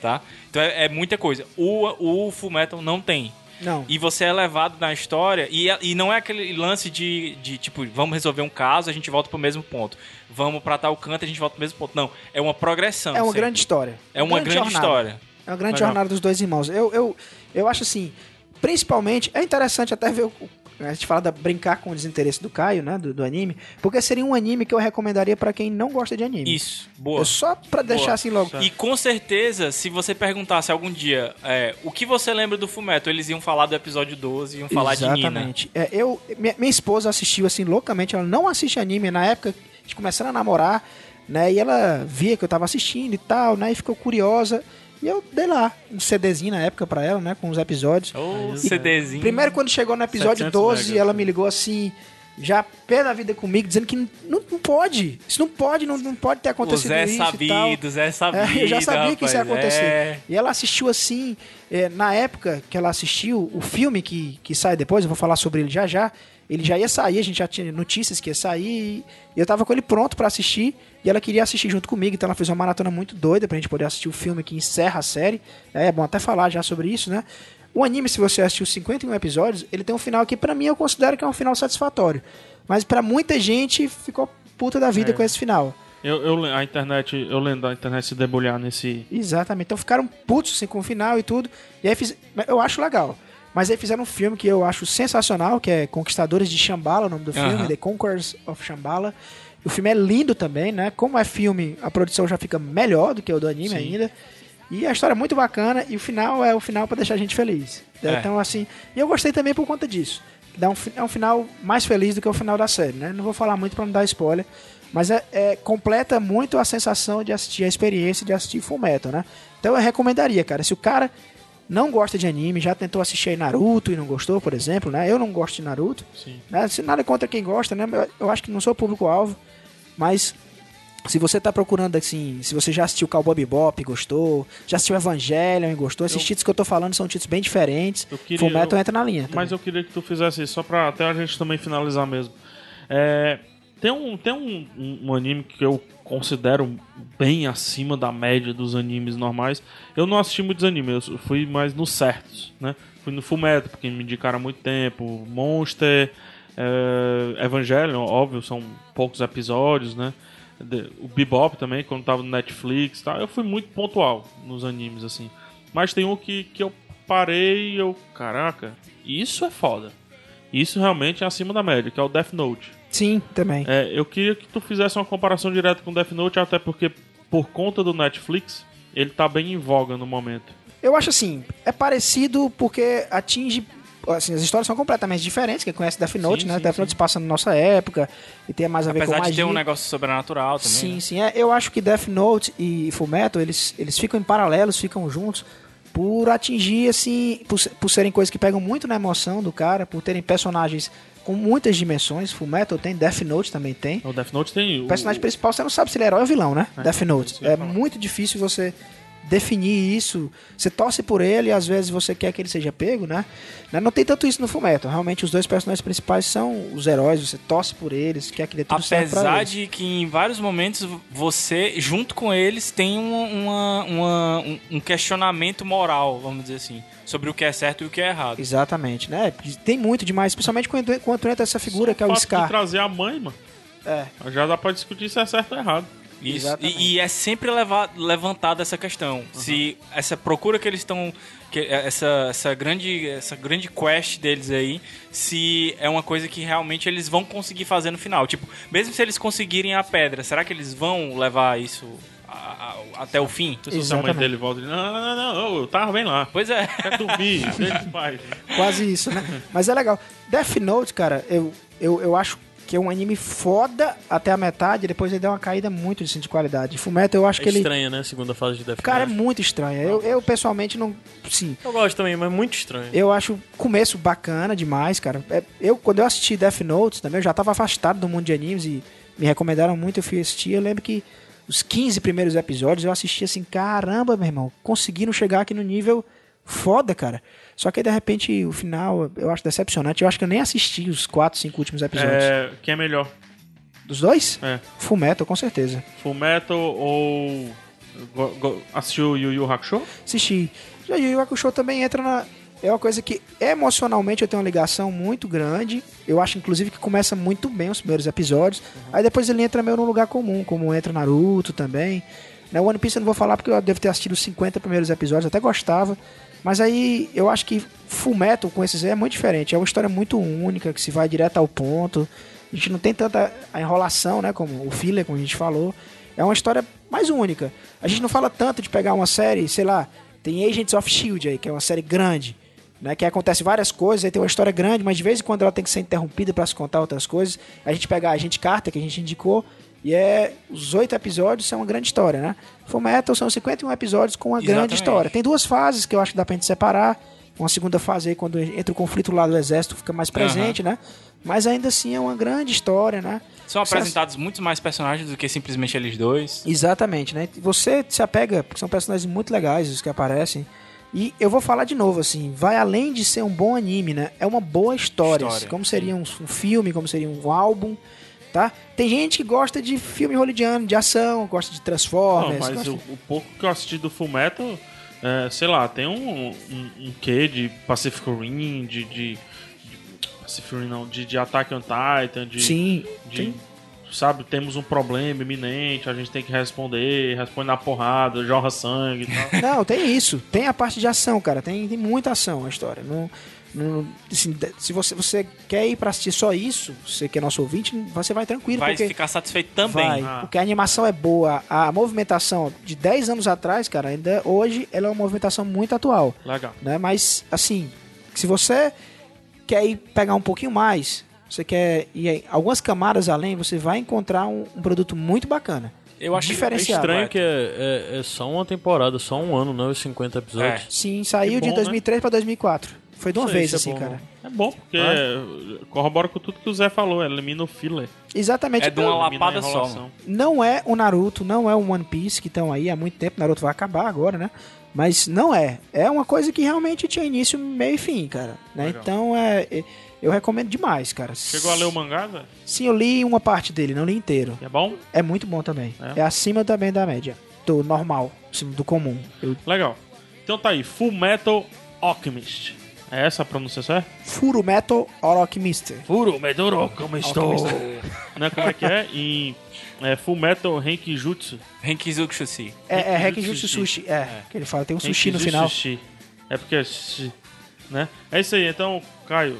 S3: Tá? Então é, é muita coisa. O, o Fullmetal não tem.
S4: Não.
S3: E você é levado na história e, e não é aquele lance de, de, tipo, vamos resolver um caso, a gente volta pro mesmo ponto. Vamos pra tal canto, a gente volta pro mesmo ponto. Não, é uma progressão.
S4: é uma
S3: sempre.
S4: grande história.
S3: é uma grande,
S4: jornada.
S3: história.
S4: É uma grande
S1: Legal.
S4: jornada dos dois irmãos. Eu, eu, eu acho assim, principalmente, é interessante até ver o. né, A gente fala da brincar com o desinteresse do Caio, né? Do, do anime. Porque seria um anime que eu recomendaria pra quem não gosta de anime.
S3: Isso, boa.
S4: Eu Só pra deixar
S3: Boa.
S4: assim logo.
S3: E com certeza, se você perguntasse algum dia é, o que você lembra do Fumeto, eles iam falar do episódio 12, iam falar de Nina.
S4: Exatamente. É, eu, minha, minha esposa assistiu assim loucamente, ela não assiste anime na época de começando a namorar, né? E ela via que eu tava assistindo e tal, né? E ficou curiosa. E eu dei lá um CDzinho na época pra ela, né? Com os episódios.
S3: Ou
S4: E
S3: Um CDzinho.
S4: Primeiro, quando chegou no episódio
S1: 700
S4: 12,
S1: megas.
S4: ela me ligou assim, já pé da vida comigo, dizendo que não, não pode. Isso não pode, não, não pode ter
S3: o
S4: acontecido
S3: Zé é
S4: isso e tal.
S3: sabido, Zé sabido.
S4: É, eu já sabia que isso ia
S3: rapaz,
S4: acontecer.
S3: é.
S4: E ela assistiu assim, é, na época que ela assistiu, o filme que, que sai depois, eu vou falar sobre ele já já, ele já ia sair, a gente já tinha notícias que ia sair, e eu tava com ele pronto pra assistir, e ela queria assistir junto comigo, então ela fez uma maratona muito doida pra gente poder assistir o filme que encerra a série. É, é bom até falar já sobre isso, né? O anime, se você assistiu 51 episódios, ele tem um final que pra mim eu considero que é um final satisfatório. Mas pra muita gente ficou puta da
S3: É.
S4: vida com esse final.
S1: Eu, eu le- a internet, eu lendo a internet se debulhar nesse.
S4: Exatamente. Então ficaram putos assim, com o final e tudo. E aí fiz... Eu acho legal. Mas aí fizeram um filme que eu acho sensacional, que é Conquistadores de Shambhala, o nome do filme,
S3: Aham.
S4: The Conquerors of Shambhala. O filme é lindo também, né? Como é filme, a produção já fica melhor do que o do anime ainda. E a história é muito bacana e o final é o final pra deixar a gente feliz.
S3: É.
S4: Então, assim. E eu gostei também por conta disso. Dá um, fi- é um final mais feliz do que o final da série, né? Não vou falar muito pra não dar spoiler. Mas é, é- completa muito a sensação de assistir, a experiência de assistir Fullmetal, né? Então eu recomendaria, cara. Se o cara não gosta de anime, já tentou assistir aí Naruto e não gostou, por exemplo, né? Eu não gosto de Naruto.
S1: Sim.
S4: Né? Se- Nada contra quem gosta, né? Eu- Eu acho que não sou público-alvo. Mas se você tá procurando, assim, se você já assistiu Cowboy Bebop e gostou, já assistiu Evangelion e gostou, esses títulos que eu tô falando são títulos bem diferentes.
S1: Eu queria-
S4: Fullmetal
S1: eu-
S4: entra na linha.
S1: Mas
S4: também.
S1: eu queria que tu fizesse isso, só pra até a gente também finalizar mesmo. É, tem um, tem um, um- um anime que eu considero bem acima da média dos animes normais. Eu não assisti muitos animes, eu fui mais nos certos, né? Fui no Fullmetal, porque me indicaram há muito tempo, Monster, é, Evangelion, óbvio, são poucos episódios, né? De- O Bebop também, quando tava no Netflix, tá? eu fui muito pontual nos animes, assim. Mas tem um que, que eu parei e eu, caraca, isso é foda. Isso realmente é acima da média, que é o Death Note.
S4: Sim, também.
S1: É, eu queria que tu fizesse uma comparação direta com Death Note, até porque por conta do Netflix, ele tá bem em voga no momento.
S4: Eu acho assim, é parecido porque atinge. Assim, as histórias são completamente diferentes. Quem conhece Death Note,
S1: Sim,
S4: né?
S1: sim,
S4: Death Note se passa na nossa época e tem mais a ver
S3: Apesar
S4: com
S3: de ter
S4: magia.
S3: um negócio sobrenatural também.
S4: sim,
S3: né?
S4: sim. É, eu acho que Death Note e Fullmetal, eles, eles ficam em paralelos, ficam juntos por atingir, assim, por, se- por serem coisas que pegam muito na emoção do cara, por terem personagens com muitas dimensões. Fullmetal tem, Death Note também tem.
S1: O Death Note tem.
S4: O personagem principal você não sabe se ele é herói ou vilão, né? Death Note.
S1: isso eu ia
S4: É
S1: falar.
S4: muito difícil você definir isso. Você torce por ele e às vezes você quer que ele seja pego, né? Né, Não tem tanto isso no Fullmetal. Realmente os dois personagens principais são os heróis, você torce por eles, quer que dê tudo certo pra
S3: Apesar
S4: eles.
S3: de que em vários momentos você, junto com eles, tem uma, uma- uma- um, um questionamento moral, vamos dizer assim, sobre o que é certo e o que é errado.
S4: Exatamente, né? Tem muito demais, principalmente quando, quando entra essa figura que é
S1: o
S4: o
S1: fato de
S4: Scar.
S1: trazer a mãe, mano.
S4: É.
S1: Já dá pra discutir se é certo ou errado.
S3: Isso.
S4: Exatamente.
S3: E, e é sempre leva- levantada essa questão.
S1: Uhum.
S3: Se essa procura que eles estão. que- é, Essa, essa, grande, essa grande quest deles aí, se é uma coisa que realmente eles vão conseguir fazer no final. Tipo, mesmo se eles conseguirem a pedra, será que eles vão levar isso a- a- até o fim?
S1: Se fosse a mãe
S4: Exatamente.
S1: dele volta e diz, não, não, não, não, eu tava bem lá.
S3: Pois é.
S1: Quer dormir, deixa os pais.
S4: Quase isso, né? Mas é legal. Death Note, cara, eu, eu, eu acho que é um anime foda até a metade, depois ele deu uma caída muito assim, de qualidade. Fullmetal eu acho que
S2: É
S4: ele.
S2: estranha, né? a Segunda fase de Death
S4: Cara, é
S2: Note.
S4: muito estranho. Eu, eu pessoalmente não. Sim.
S2: Eu gosto também, mas é muito estranho.
S4: Eu acho o começo bacana demais, cara. É, Eu, quando eu assisti Death Note também, eu já tava afastado do mundo de animes e me recomendaram muito, eu fui assistir. Eu lembro que os 15 primeiros episódios eu assisti assim, caramba, meu irmão, conseguiram chegar aqui no nível foda, cara. Só que aí, de repente, o final eu acho decepcionante. Eu acho que eu nem assisti os 4, 5 últimos episódios.
S1: É, quem é melhor?
S4: Dos dois?
S1: É.
S4: Full Metal, com certeza.
S1: Full Metal ou. Go, go, assistiu Yu Yu Hakusho?
S4: assisti. E aí, o Hakusho também entra na. É uma coisa que emocionalmente eu tenho uma ligação muito grande. Eu acho, inclusive, que começa muito bem os primeiros episódios. Aí depois ele entra meio num lugar comum, como entra Naruto também. Né, One Piece eu não vou falar porque eu devo ter assistido os 50 primeiros episódios, até gostava. Mas aí eu acho que Fullmetal com esses aí é muito diferente. É uma história muito única, que se vai direto ao ponto. A gente não tem tanta a enrolação, né? Como o filler, como a gente falou. É uma história mais única. A gente não fala tanto de pegar uma série, sei lá, tem Agents of Shield aí, que é uma série grande, né? Que acontece várias coisas, aí tem uma história grande, mas de vez em quando ela tem que ser interrompida para se contar outras coisas. A gente pega a gente Carter, que a gente indicou, e é os oito episódios são uma grande história, né? Full Metal são 51 episódios com uma grande
S3: Exatamente.
S4: história. Tem duas fases que eu acho que dá pra gente separar. Uma segunda fase aí, quando entra o conflito lá do exército, fica mais presente, né? Mas ainda assim é uma grande história, né?
S3: São
S1: é
S3: apresentados muito mais personagens do que simplesmente eles dois.
S4: Exatamente, né? Você se apega, porque são personagens muito legais os que aparecem. E eu vou falar de novo, assim, vai além de ser um bom anime, né? É uma boa história.
S3: História,
S4: assim, como seria um, um filme, como seria um álbum, tá? Tem gente que gosta de filme hollywoodiano, de ação, gosta de
S1: Não,
S4: Transformers.
S1: mas
S4: gosta-
S1: o, o pouco que eu assisti do Full Metal, é, sei lá, tem um, um, um quê de Pacific Rim, de. de, de Pacific Rim não, de, de Attack on Titan, de.
S4: Sim,
S1: de-
S4: tem-
S1: Sabe, temos um problema iminente, a gente tem que responder, responde na porrada, jorra sangue e tal.
S4: Não, tem isso. Tem a parte de ação, cara. Tem, tem muita ação a história. Não, não- assim, de- se você, você quer ir pra assistir só isso, você que é nosso ouvinte, você vai tranquilo.
S3: Vai
S4: porque...
S3: ficar satisfeito também.
S4: Vai,
S1: Ah.
S4: porque a animação é boa. A movimentação de 10 anos atrás, cara, ainda hoje ela é uma movimentação muito atual,
S1: Legal.
S4: né? Mas assim, se você quer ir pegar um pouquinho mais, você quer ir em algumas camadas além, você vai encontrar um, um produto muito bacana.
S3: Eu acho
S2: É
S4: diferenciado.
S2: estranho que é, é- é só uma temporada, só um ano, não os 50 episódios.
S4: Sim, saiu
S1: Que bom,
S4: de 2003 pra 2004. Foi de uma
S2: Isso aí,
S4: vez
S2: isso é
S4: assim,
S2: bom,
S4: cara.
S2: né?
S1: É bom, porque
S4: É.
S1: corrobora com tudo que o Zé falou, elimina o filler.
S4: Exatamente.
S3: É de uma
S4: Não-
S1: elimina a
S3: lapada só,
S1: enrolação.
S4: não é o Naruto, não é o One Piece que estão aí há muito tempo. Naruto vai acabar agora, né? Mas não é. É uma coisa que realmente tinha início, meio e fim, cara. né?
S1: Legal.
S4: Então é. é- Eu recomendo demais, cara.
S1: Chegou a ler o mangá, Zé?
S4: Sim, eu li uma parte dele, não li inteiro.
S1: E É bom?
S4: É muito bom também.
S1: É?
S4: É, acima também da média. Do normal, acima do comum. Eu-
S1: Legal. Então tá aí, Full Metal Alchemist. É essa a pronúncia certa?
S4: Furo Metal Alchemist.
S1: Furo Metal Alchemist. Né, como é que é? Em é, Full Metal Renkijutsu.
S3: Renkizuki Shushi.
S4: É, é
S1: Renkijutsu
S4: Renkijutsu
S1: Sushi.
S4: Sushi. É, que ele fala, tem um sushi no
S1: Renkijutsu
S4: final.
S1: Sushi. É porque é sushi, né? É isso aí, então, Caio,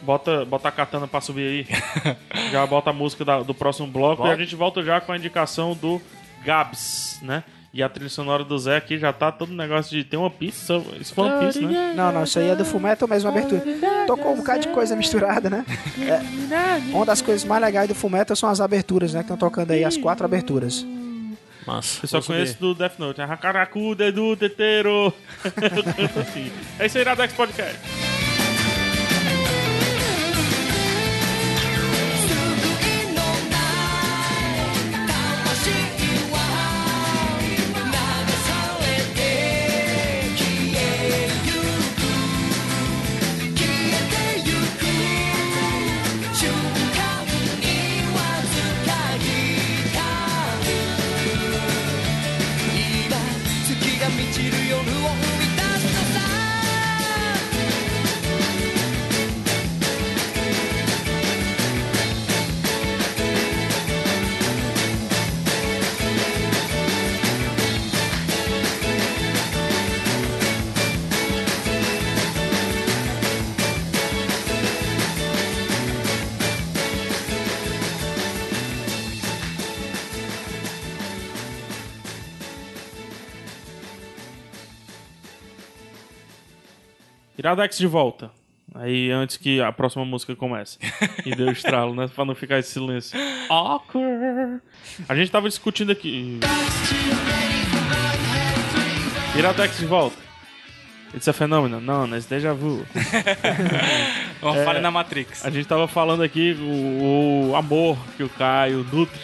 S1: bota, bota a katana pra subir aí. já bota a música da- do próximo bloco e a gente volta já com a indicação do Gabs, né? E a trilha sonora do Zé aqui já tá todo negócio de ter uma pista. Isso foi uma pista, né?
S4: Não, não, isso aí é do Fullmetal, mas uma abertura. Tocou um bocado de coisa misturada, né? É, uma das coisas mais legais do Fullmetal são as aberturas, né? Que estão tocando aí, as quatro aberturas.
S2: Massa.
S1: Eu só
S2: vou saber.
S1: conheço do Death Note. né? Hakaraku dedu tetero. Assim. é isso aí, Iradex Podcast. Iradex de volta. Aí antes que a próxima música comece. E deu estralo, né? Pra não ficar esse silêncio. Awkward. A gente tava discutindo aqui. Iradex de volta. It's a phenomenon. Não, it's déjà vu.
S3: É Uma
S1: É.
S3: falha na Matrix.
S1: A gente tava falando aqui o, o amor que o Caio nutre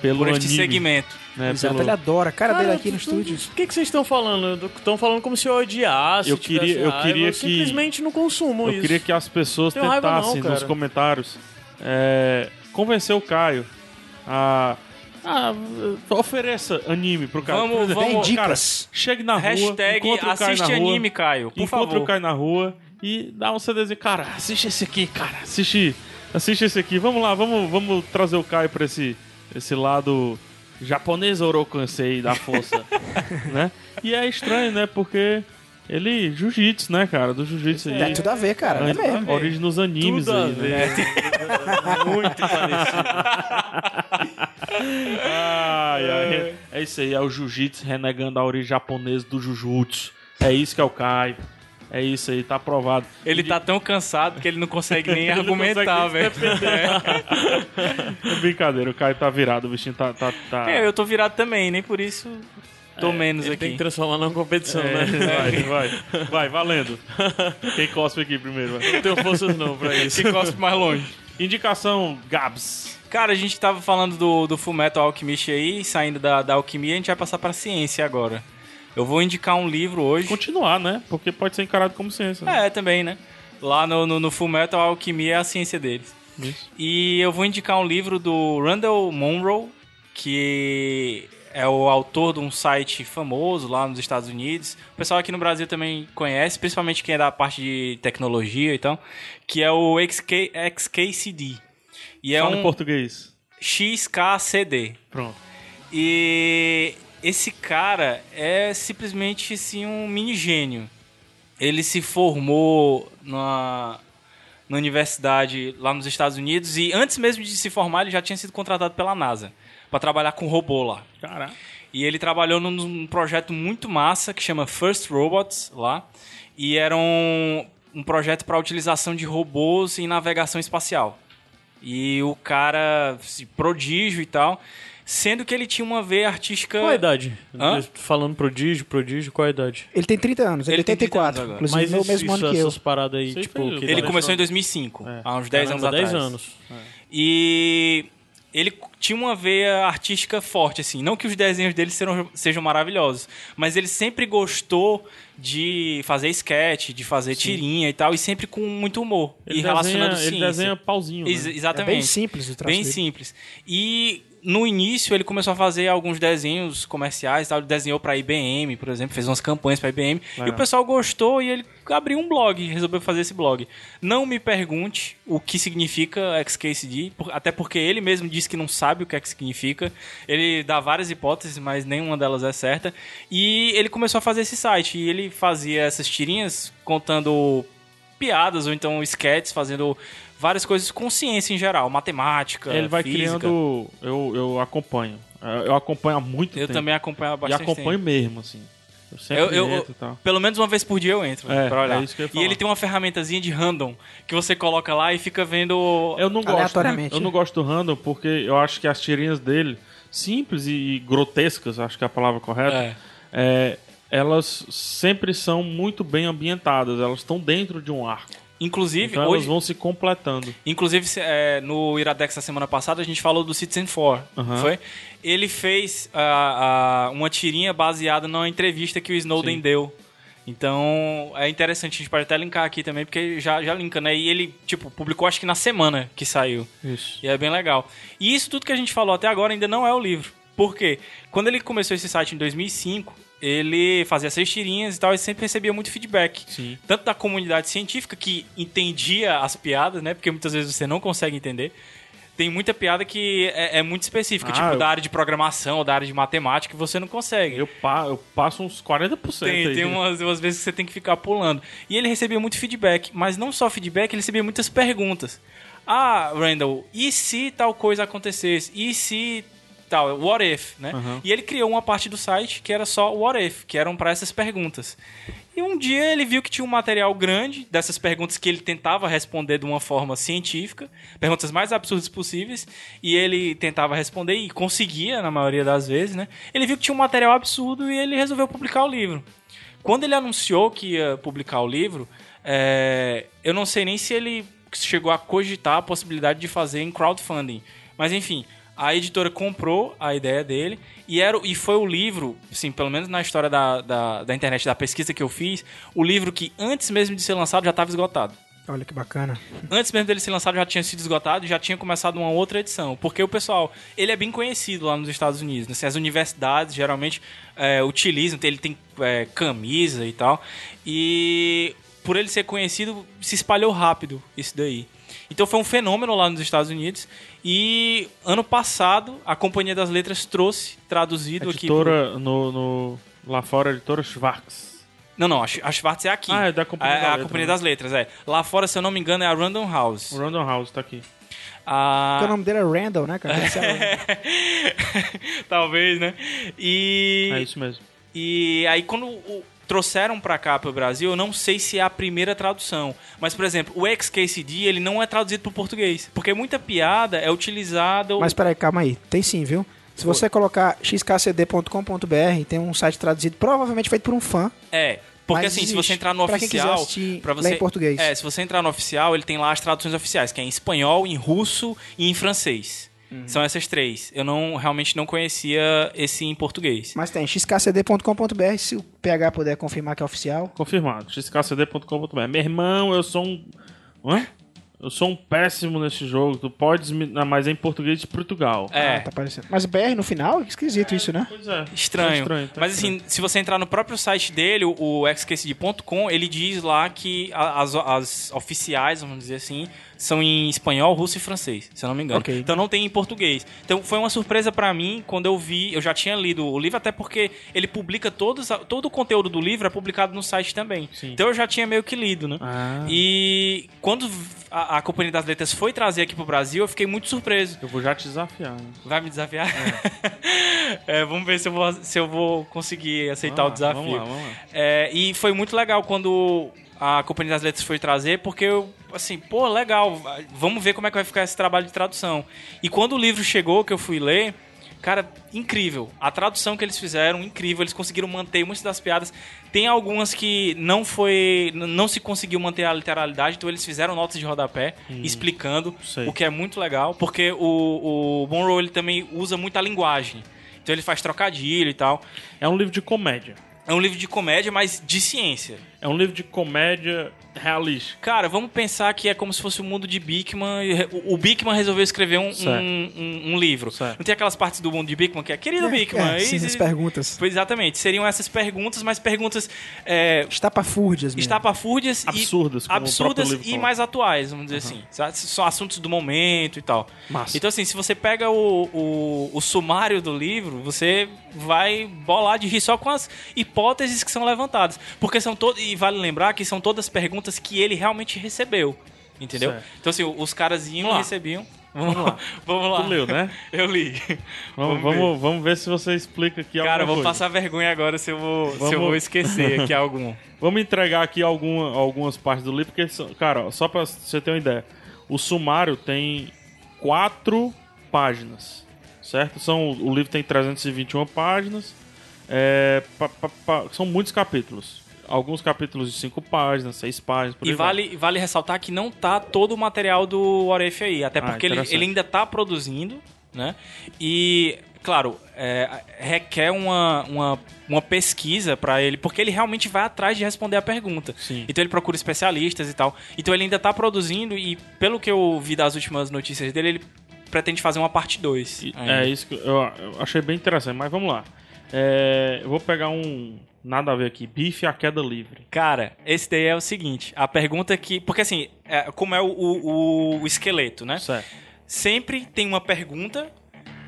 S1: pelo
S3: Por este
S1: anime.
S3: segmento.
S1: né?
S4: Exato,
S1: Pelo-
S4: ele adora. A cara dele aqui no
S2: tu-
S4: estúdio.
S2: O que que vocês estão falando? Estão falando como se eu odiasse.
S1: Eu queria-
S2: tivesse
S1: eu
S2: raiva.
S1: queria
S2: Eu
S1: que-
S2: simplesmente não consumo
S1: Eu
S2: isso.
S1: queria que as pessoas
S2: Tenho raiva não,
S1: tentassem nos
S2: cara.
S1: comentários é, convencer o Caio a, a- ofereça anime pro Caio.
S3: Vamos-
S1: Por exemplo,
S3: vamos-
S1: cara,
S4: Dicas.
S1: chegue na rua,
S3: Hashtag
S1: encontra o Caio
S3: assiste
S1: na rua,
S3: anime, Caio. Por
S1: encontra
S3: favor.
S1: o Caio na rua e dá um CDzinho. Cara, assiste esse aqui, cara. Assiste, assiste esse aqui. Vamos lá, vamos, vamos trazer o Caio pra esse, esse lado japonês Orokansei da força, né? E é estranho, né? Porque ele... Jiu-jitsu, né, cara? Do jiu-jitsu aí.
S4: Tem tudo a ver, cara. É
S1: Antes-
S4: mesmo.
S1: Origem dos animes
S2: Tudo a
S1: aí, né?
S2: ver. Muito parecido.
S1: Ai, ai. É isso aí, é o jiu-jitsu renegando a origem japonesa do jujutsu. É isso que é o Kai. É isso aí, tá aprovado.
S3: Ele tá tão cansado que ele não consegue nem
S1: Ele não
S3: argumentar,
S1: consegue
S3: velho.
S1: nem se É brincadeira, o Kai tá virado, o bichinho tá. tá, tá...
S3: É, eu tô virado também, nem por isso tô menos
S2: É, Ele tem
S3: aqui.
S2: que transformar numa competição,
S1: É,
S2: né?
S1: vai, vai, vai, valendo. Quem cospe aqui primeiro? vai.
S2: Não tenho forças não pra isso.
S1: é
S3: Que cospe mais longe.
S1: Indicação Gabs.
S3: Cara, a gente tava falando do, do Fullmetal Alchemist aí, saindo da, da alquimia, a gente vai passar pra ciência agora. Eu vou indicar um livro hoje.
S1: Continuar, né? Porque pode ser encarado como ciência. né?
S3: É, também, né? Lá no, no, no Fullmetal, a alquimia é a ciência deles.
S1: Isso.
S3: E eu vou indicar um livro do Randall Monroe, que é o autor de um site famoso lá nos Estados Unidos. O pessoal aqui no Brasil também conhece, principalmente quem é da parte de tecnologia e tal, que é o XK, XKCD. E é
S1: Fala em
S3: um
S1: português.
S3: XKCD.
S1: Pronto.
S3: E esse cara é simplesmente assim, um mini gênio. Ele se formou na, na universidade lá nos Estados Unidos e antes mesmo de se formar ele já tinha sido contratado pela NASA para trabalhar com robô lá.
S1: Caraca.
S3: E ele trabalhou num- num projeto muito massa que chama First Robots lá. E era um, um projeto para utilização de robôs em navegação espacial. E o cara, se prodígio e tal. Sendo que ele tinha uma veia artística.
S2: Qual a idade?
S3: Hã?
S2: Falando prodígio, prodígio, qual a idade?
S4: Ele tem 30 anos, ele,
S3: Ele tem
S4: tem
S3: 30 anos
S4: 84.
S3: agora.
S4: inclusive, no
S2: isso-
S4: mesmo
S2: isso,
S4: ano que eu.
S2: essas paradas aí,
S1: Isso aí
S2: tipo...
S1: foi-
S2: que
S3: Ele
S2: dá-
S3: começou em 2005, há uns 10 anos
S2: É. Caramba,
S3: atrás.
S2: 10 anos.
S3: E ele tinha uma veia artística forte, assim. Não que os desenhos dele serão- sejam maravilhosos, mas ele sempre gostou de fazer sketch, de fazer tirinha e tal, e sempre com muito humor.
S1: Ele,
S3: e
S1: desenha,
S3: relacionando
S1: ele
S3: ciência.
S1: desenha pauzinho. né?
S3: Ex-
S4: É
S3: exatamente.
S4: bem simples o traço
S3: Bem
S4: dele.
S3: simples. E no início ele começou a fazer alguns desenhos comerciais, e tal. ele desenhou pra IBM, por exemplo, fez umas campanhas pra IBM, e o pessoal gostou e ele abriu um blog, resolveu fazer esse blog. Não me pergunte o que significa XKCD, por- até porque ele mesmo disse que não sabe o que é que significa. Ele dá várias hipóteses, mas nenhuma delas é certa. E ele começou a fazer esse site e ele fazia essas tirinhas contando piadas ou então sketches fazendo várias coisas com ciência em geral, matemática,
S1: Ele vai
S3: é, física.
S1: criando. Eu, eu acompanho. É, Eu acompanho há muito
S3: Eu
S1: tempo.
S3: também acompanho há
S1: E
S3: bastante
S1: acompanho
S3: tempo.
S1: mesmo, assim. Eu sempre
S3: Eu- eu-
S1: entro e tal.
S3: Pelo menos uma vez por dia eu entro
S1: É,
S3: pra olhar.
S1: é isso que eu ia
S3: e
S1: falar.
S3: ele tem uma ferramentazinha de random que você coloca lá e fica vendo.
S1: Eu não gosto.
S4: Aleatoriamente.
S1: Eu não gosto do Randall porque eu acho que as tirinhas dele, simples e grotescas, acho que é a palavra correta,
S3: É.
S1: é, elas sempre são muito bem ambientadas. Elas estão dentro de um arco.
S3: Inclusive,
S1: Então elas
S3: hoje,
S1: vão se completando.
S3: Inclusive, se- é, no Iradex da semana passada, a gente falou do Citizen 4,
S1: Aham.
S3: foi? Ele fez ah, ah, uma tirinha baseada numa entrevista que o Snowden deu. Então, é interessante, a gente pode até linkar aqui também, porque já, já linka, né? E ele, tipo, publicou acho que na semana que saiu.
S1: Isso.
S3: E é bem legal. E isso tudo que a gente falou até agora ainda não é o livro. Por quê? Quando ele começou esse site em 2005, ele fazia essas tirinhas e tal, e sempre recebia muito feedback.
S1: Sim.
S3: Tanto da comunidade científica, que entendia as piadas, né? Porque muitas vezes você não consegue entender. Tem muita piada que é, é muito específica,
S1: Ah,
S3: tipo
S1: eu-
S3: da área de programação ou da área de matemática, que você não consegue.
S1: Eu, pa- eu passo uns 40%
S3: Tem,
S1: aí.
S3: tem umas, umas vezes que você tem que ficar pulando. E ele recebia muito feedback, mas não só feedback, ele recebia muitas perguntas. Ah, Randall, e se tal coisa acontecesse? E se tal? What if, né?
S1: Aham.
S3: E ele criou uma parte do site que era só what if, que eram para essas perguntas. E um dia ele viu que tinha um material grande dessas perguntas que ele tentava responder de uma forma científica, perguntas mais absurdas possíveis, e ele tentava responder e conseguia na maioria das vezes, né? Ele viu que tinha um material absurdo e ele resolveu publicar o livro. Quando ele anunciou que ia publicar o livro, é, eu não sei nem se ele chegou a cogitar a possibilidade de fazer em crowdfunding. Mas enfim, a editora comprou a ideia dele e, era, e foi o livro, assim, pelo menos na história da, da, da internet, da pesquisa que eu fiz, o livro que antes mesmo de ser lançado já estava esgotado
S4: Olha que bacana.
S3: antes mesmo dele ser lançado já tinha sido esgotado e já tinha começado uma outra edição. Porque o pessoal, ele é bem conhecido lá nos Estados Unidos. Né? Assim, as universidades geralmente é, utilizam, ele tem é, camisa e tal. E por ele ser conhecido, se espalhou rápido isso daí. Então foi um fenômeno lá nos Estados Unidos. E ano passado, a Companhia das Letras trouxe, traduzido aqui.
S1: Editora no, no- lá fora, editora Schwarz.
S3: pro- Não, não, a Sch- a Schwartz é aqui.
S1: Ah, é da Companhia
S3: é,
S1: da
S3: a
S1: Letra,
S3: Companhia
S1: né?
S3: das Letras, é. Lá fora, se eu não me engano, é a Random
S1: O
S3: House.
S1: Random House tá aqui.
S3: A... Ah.
S4: Porque o nome dele é Randall, né, cara? Esse é o-
S3: Talvez, né? E,
S1: É isso mesmo.
S3: e aí quando o- trouxeram pra cá pro Brasil, eu não sei se é a primeira tradução, mas por exemplo, o XKCD, ele não é traduzido pro português, porque muita piada é utilizada
S4: Mas peraí, calma aí. Tem sim, viu? Se você colocar xkcd.com.br, tem um site traduzido, provavelmente feito por um fã.
S3: é porque
S4: Mas
S3: assim, se
S4: existe.
S3: você entrar no
S4: Pra quem quiser
S3: oficial,
S4: assistir,
S3: pra
S4: lê
S3: você
S4: em português.
S3: É, se você entrar no oficial, ele tem lá as traduções oficiais, que é em espanhol, em russo e em francês.
S4: Uhum.
S3: São essas três. Eu não realmente não conhecia esse em português.
S4: Mas tem xkcd.com.br, se o PH puder confirmar que é oficial.
S1: Confirmado. xkcd.com.br. Meu irmão, eu sou um. Hã? Eu sou um péssimo nesse jogo. Tu podes me. Ah, mas é em português de Portugal.
S3: É.
S4: Ah, tá aparecendo. Mas BR no final? Que esquisito isso, né?
S1: Pois é.
S3: Estranho.
S1: É estranho, tá
S3: Mas
S1: estranho.
S3: assim, se você entrar no próprio site dele, o- o xkcd.com, ele diz lá que a- as, as oficiais, vamos dizer assim, são em espanhol, russo e francês, se eu não me engano.
S4: Ok.
S3: Então não tem em português. Então foi uma surpresa pra mim quando eu vi, eu já tinha lido o livro, até porque ele publica todos, a- todo o conteúdo do livro é publicado no site também.
S1: Sim.
S3: Então eu já tinha meio que lido, né?
S1: Ah.
S3: E quando a, a Companhia das Letras foi trazer aqui pro Brasil, eu fiquei muito surpreso.
S1: Eu vou já te desafiar. né?
S3: Vai me desafiar? É, vamos ver se eu vou, se eu vou conseguir aceitar
S1: Vamos
S3: o
S1: lá,
S3: desafio.
S1: Vamos lá, vamos lá.
S3: É, e foi muito legal quando a Companhia das Letras foi trazer, porque eu, assim, pô, legal, vamos ver como é que vai ficar esse trabalho de tradução. E quando o livro chegou, que eu fui ler, cara, incrível. A tradução que eles fizeram, incrível, eles conseguiram manter muitas das piadas. Tem algumas que não foi, n- não se conseguiu manter a literalidade, então eles fizeram notas de rodapé explicando,
S1: sei.
S3: o que é muito legal, porque o, o Monroe, ele também usa muita linguagem. Então ele faz trocadilho e tal.
S1: É um livro de comédia.
S3: É um livro de comédia, mas de ciência.
S1: É um livro de comédia realista.
S3: Cara, vamos pensar que é como se fosse o mundo de Bickman. e o- O Bickman resolveu escrever um,
S1: Certo.
S3: um- um- um livro.
S1: Certo.
S3: Não tem aquelas partes do mundo de Bickman que é querido
S4: É,
S3: Bickman.
S4: é,
S3: e-
S4: sim, as perguntas.
S3: Pois exatamente. Seriam essas perguntas, mas perguntas é,
S4: Estapafúrdias mesmo.
S3: estapafúrdias e-
S1: Hum. Absurdas, como o
S3: absurdas
S1: próprio livro
S3: e
S1: fala.
S3: mais atuais, vamos dizer assim. Sabe? São assuntos do momento e tal.
S1: Massa.
S3: Então, assim, se você pega o, o, o sumário do livro, você vai bolar de rir só com as hipóteses que são levantadas. Porque são todas. E vale lembrar que são todas perguntas que ele realmente recebeu. Entendeu?
S1: Certo.
S3: Então, assim, os caras iam e
S1: lá.
S3: recebiam. Vamos lá. Vamos lá.
S1: Tu leu, né?
S3: Eu li.
S1: Vamos,
S3: Ah. Vamos ver.
S1: vamos, vamos ver se você explica aqui
S3: Cara, eu
S1: alguma
S3: vou
S1: coisa.
S3: passar vergonha agora se eu vou, se eu
S1: Vamos-
S3: vou esquecer aqui algum.
S1: Vamos entregar aqui alguma- algumas partes do livro, porque, são- cara, só pra você ter uma ideia. O sumário tem quatro páginas, certo? São, o livro tem 321 páginas, é, pa- pa- pa- são muitos capítulos. Alguns capítulos de cinco páginas, seis páginas, por
S3: E
S1: aí vai.
S3: vale, vale ressaltar que não tá todo o material do Oref aí, até
S1: Ah,
S3: porque ele,
S1: interessante.
S3: ele ainda tá produzindo, né? E, claro, é, requer uma, uma, uma pesquisa pra ele, porque ele realmente vai atrás de responder a pergunta.
S1: Sim.
S3: Então ele procura especialistas e tal. Então ele ainda tá produzindo e, pelo que eu vi das últimas notícias dele, ele pretende fazer uma parte 2.
S1: E- É isso que eu, eu achei bem interessante, mas vamos lá. É, eu vou pegar um. Nada a ver aqui. Bife a queda livre.
S3: Cara, esse daí é o seguinte, a pergunta que... Porque assim, é, como é o, o, o esqueleto, né?
S1: Certo.
S3: sempre tem uma pergunta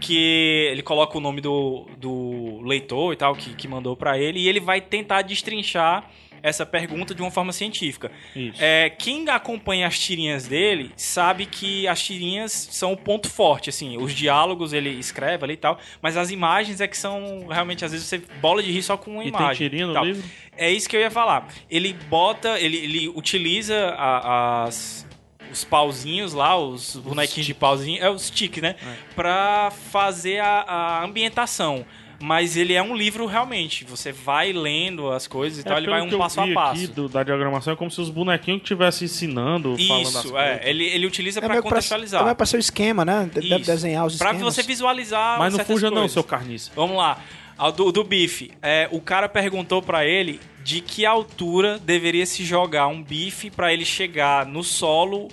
S3: que ele coloca o nome do, do leitor e tal, que, que mandou pra ele, e ele vai tentar destrinchar essa pergunta de uma forma científica.
S1: Isso.
S3: É, quem acompanha as tirinhas dele sabe que as tirinhas são o ponto forte, assim, os diálogos ele escreve ali e tal, mas as imagens é que são realmente, às vezes, você bola de rir só com uma
S1: e tem
S3: imagem.
S1: tirinha no
S3: tal.
S1: livro?
S3: É isso que eu ia falar. Ele bota, ele, ele utiliza a- as- os pauzinhos lá, os bonequinhos de pauzinho, é os stick, né? Pra fazer a, a ambientação. Mas ele é um livro realmente. Você vai lendo as coisas e tal,
S1: É,
S3: ele
S1: pelo
S3: vai
S1: que eu
S3: um passo
S1: vi
S3: a
S1: Aqui
S3: passo.
S1: do- da diagramação é como se os bonequinhos que estivessem ensinando, falando as
S3: Isso,
S1: coisas.
S3: é. Ele, ele utiliza pra
S4: meio que
S3: contextualizar.
S4: Também pra ser o esquema, né? De- Deve
S3: Isso.
S4: desenhar os
S3: Pra
S4: esquemas.
S3: você visualizar
S1: Mas não
S3: certas
S1: fuja, não,
S3: coisas.
S1: seu carniça.
S3: Vamos lá. A do, do bife. É, o cara perguntou pra ele de que altura deveria se jogar um bife pra ele chegar no solo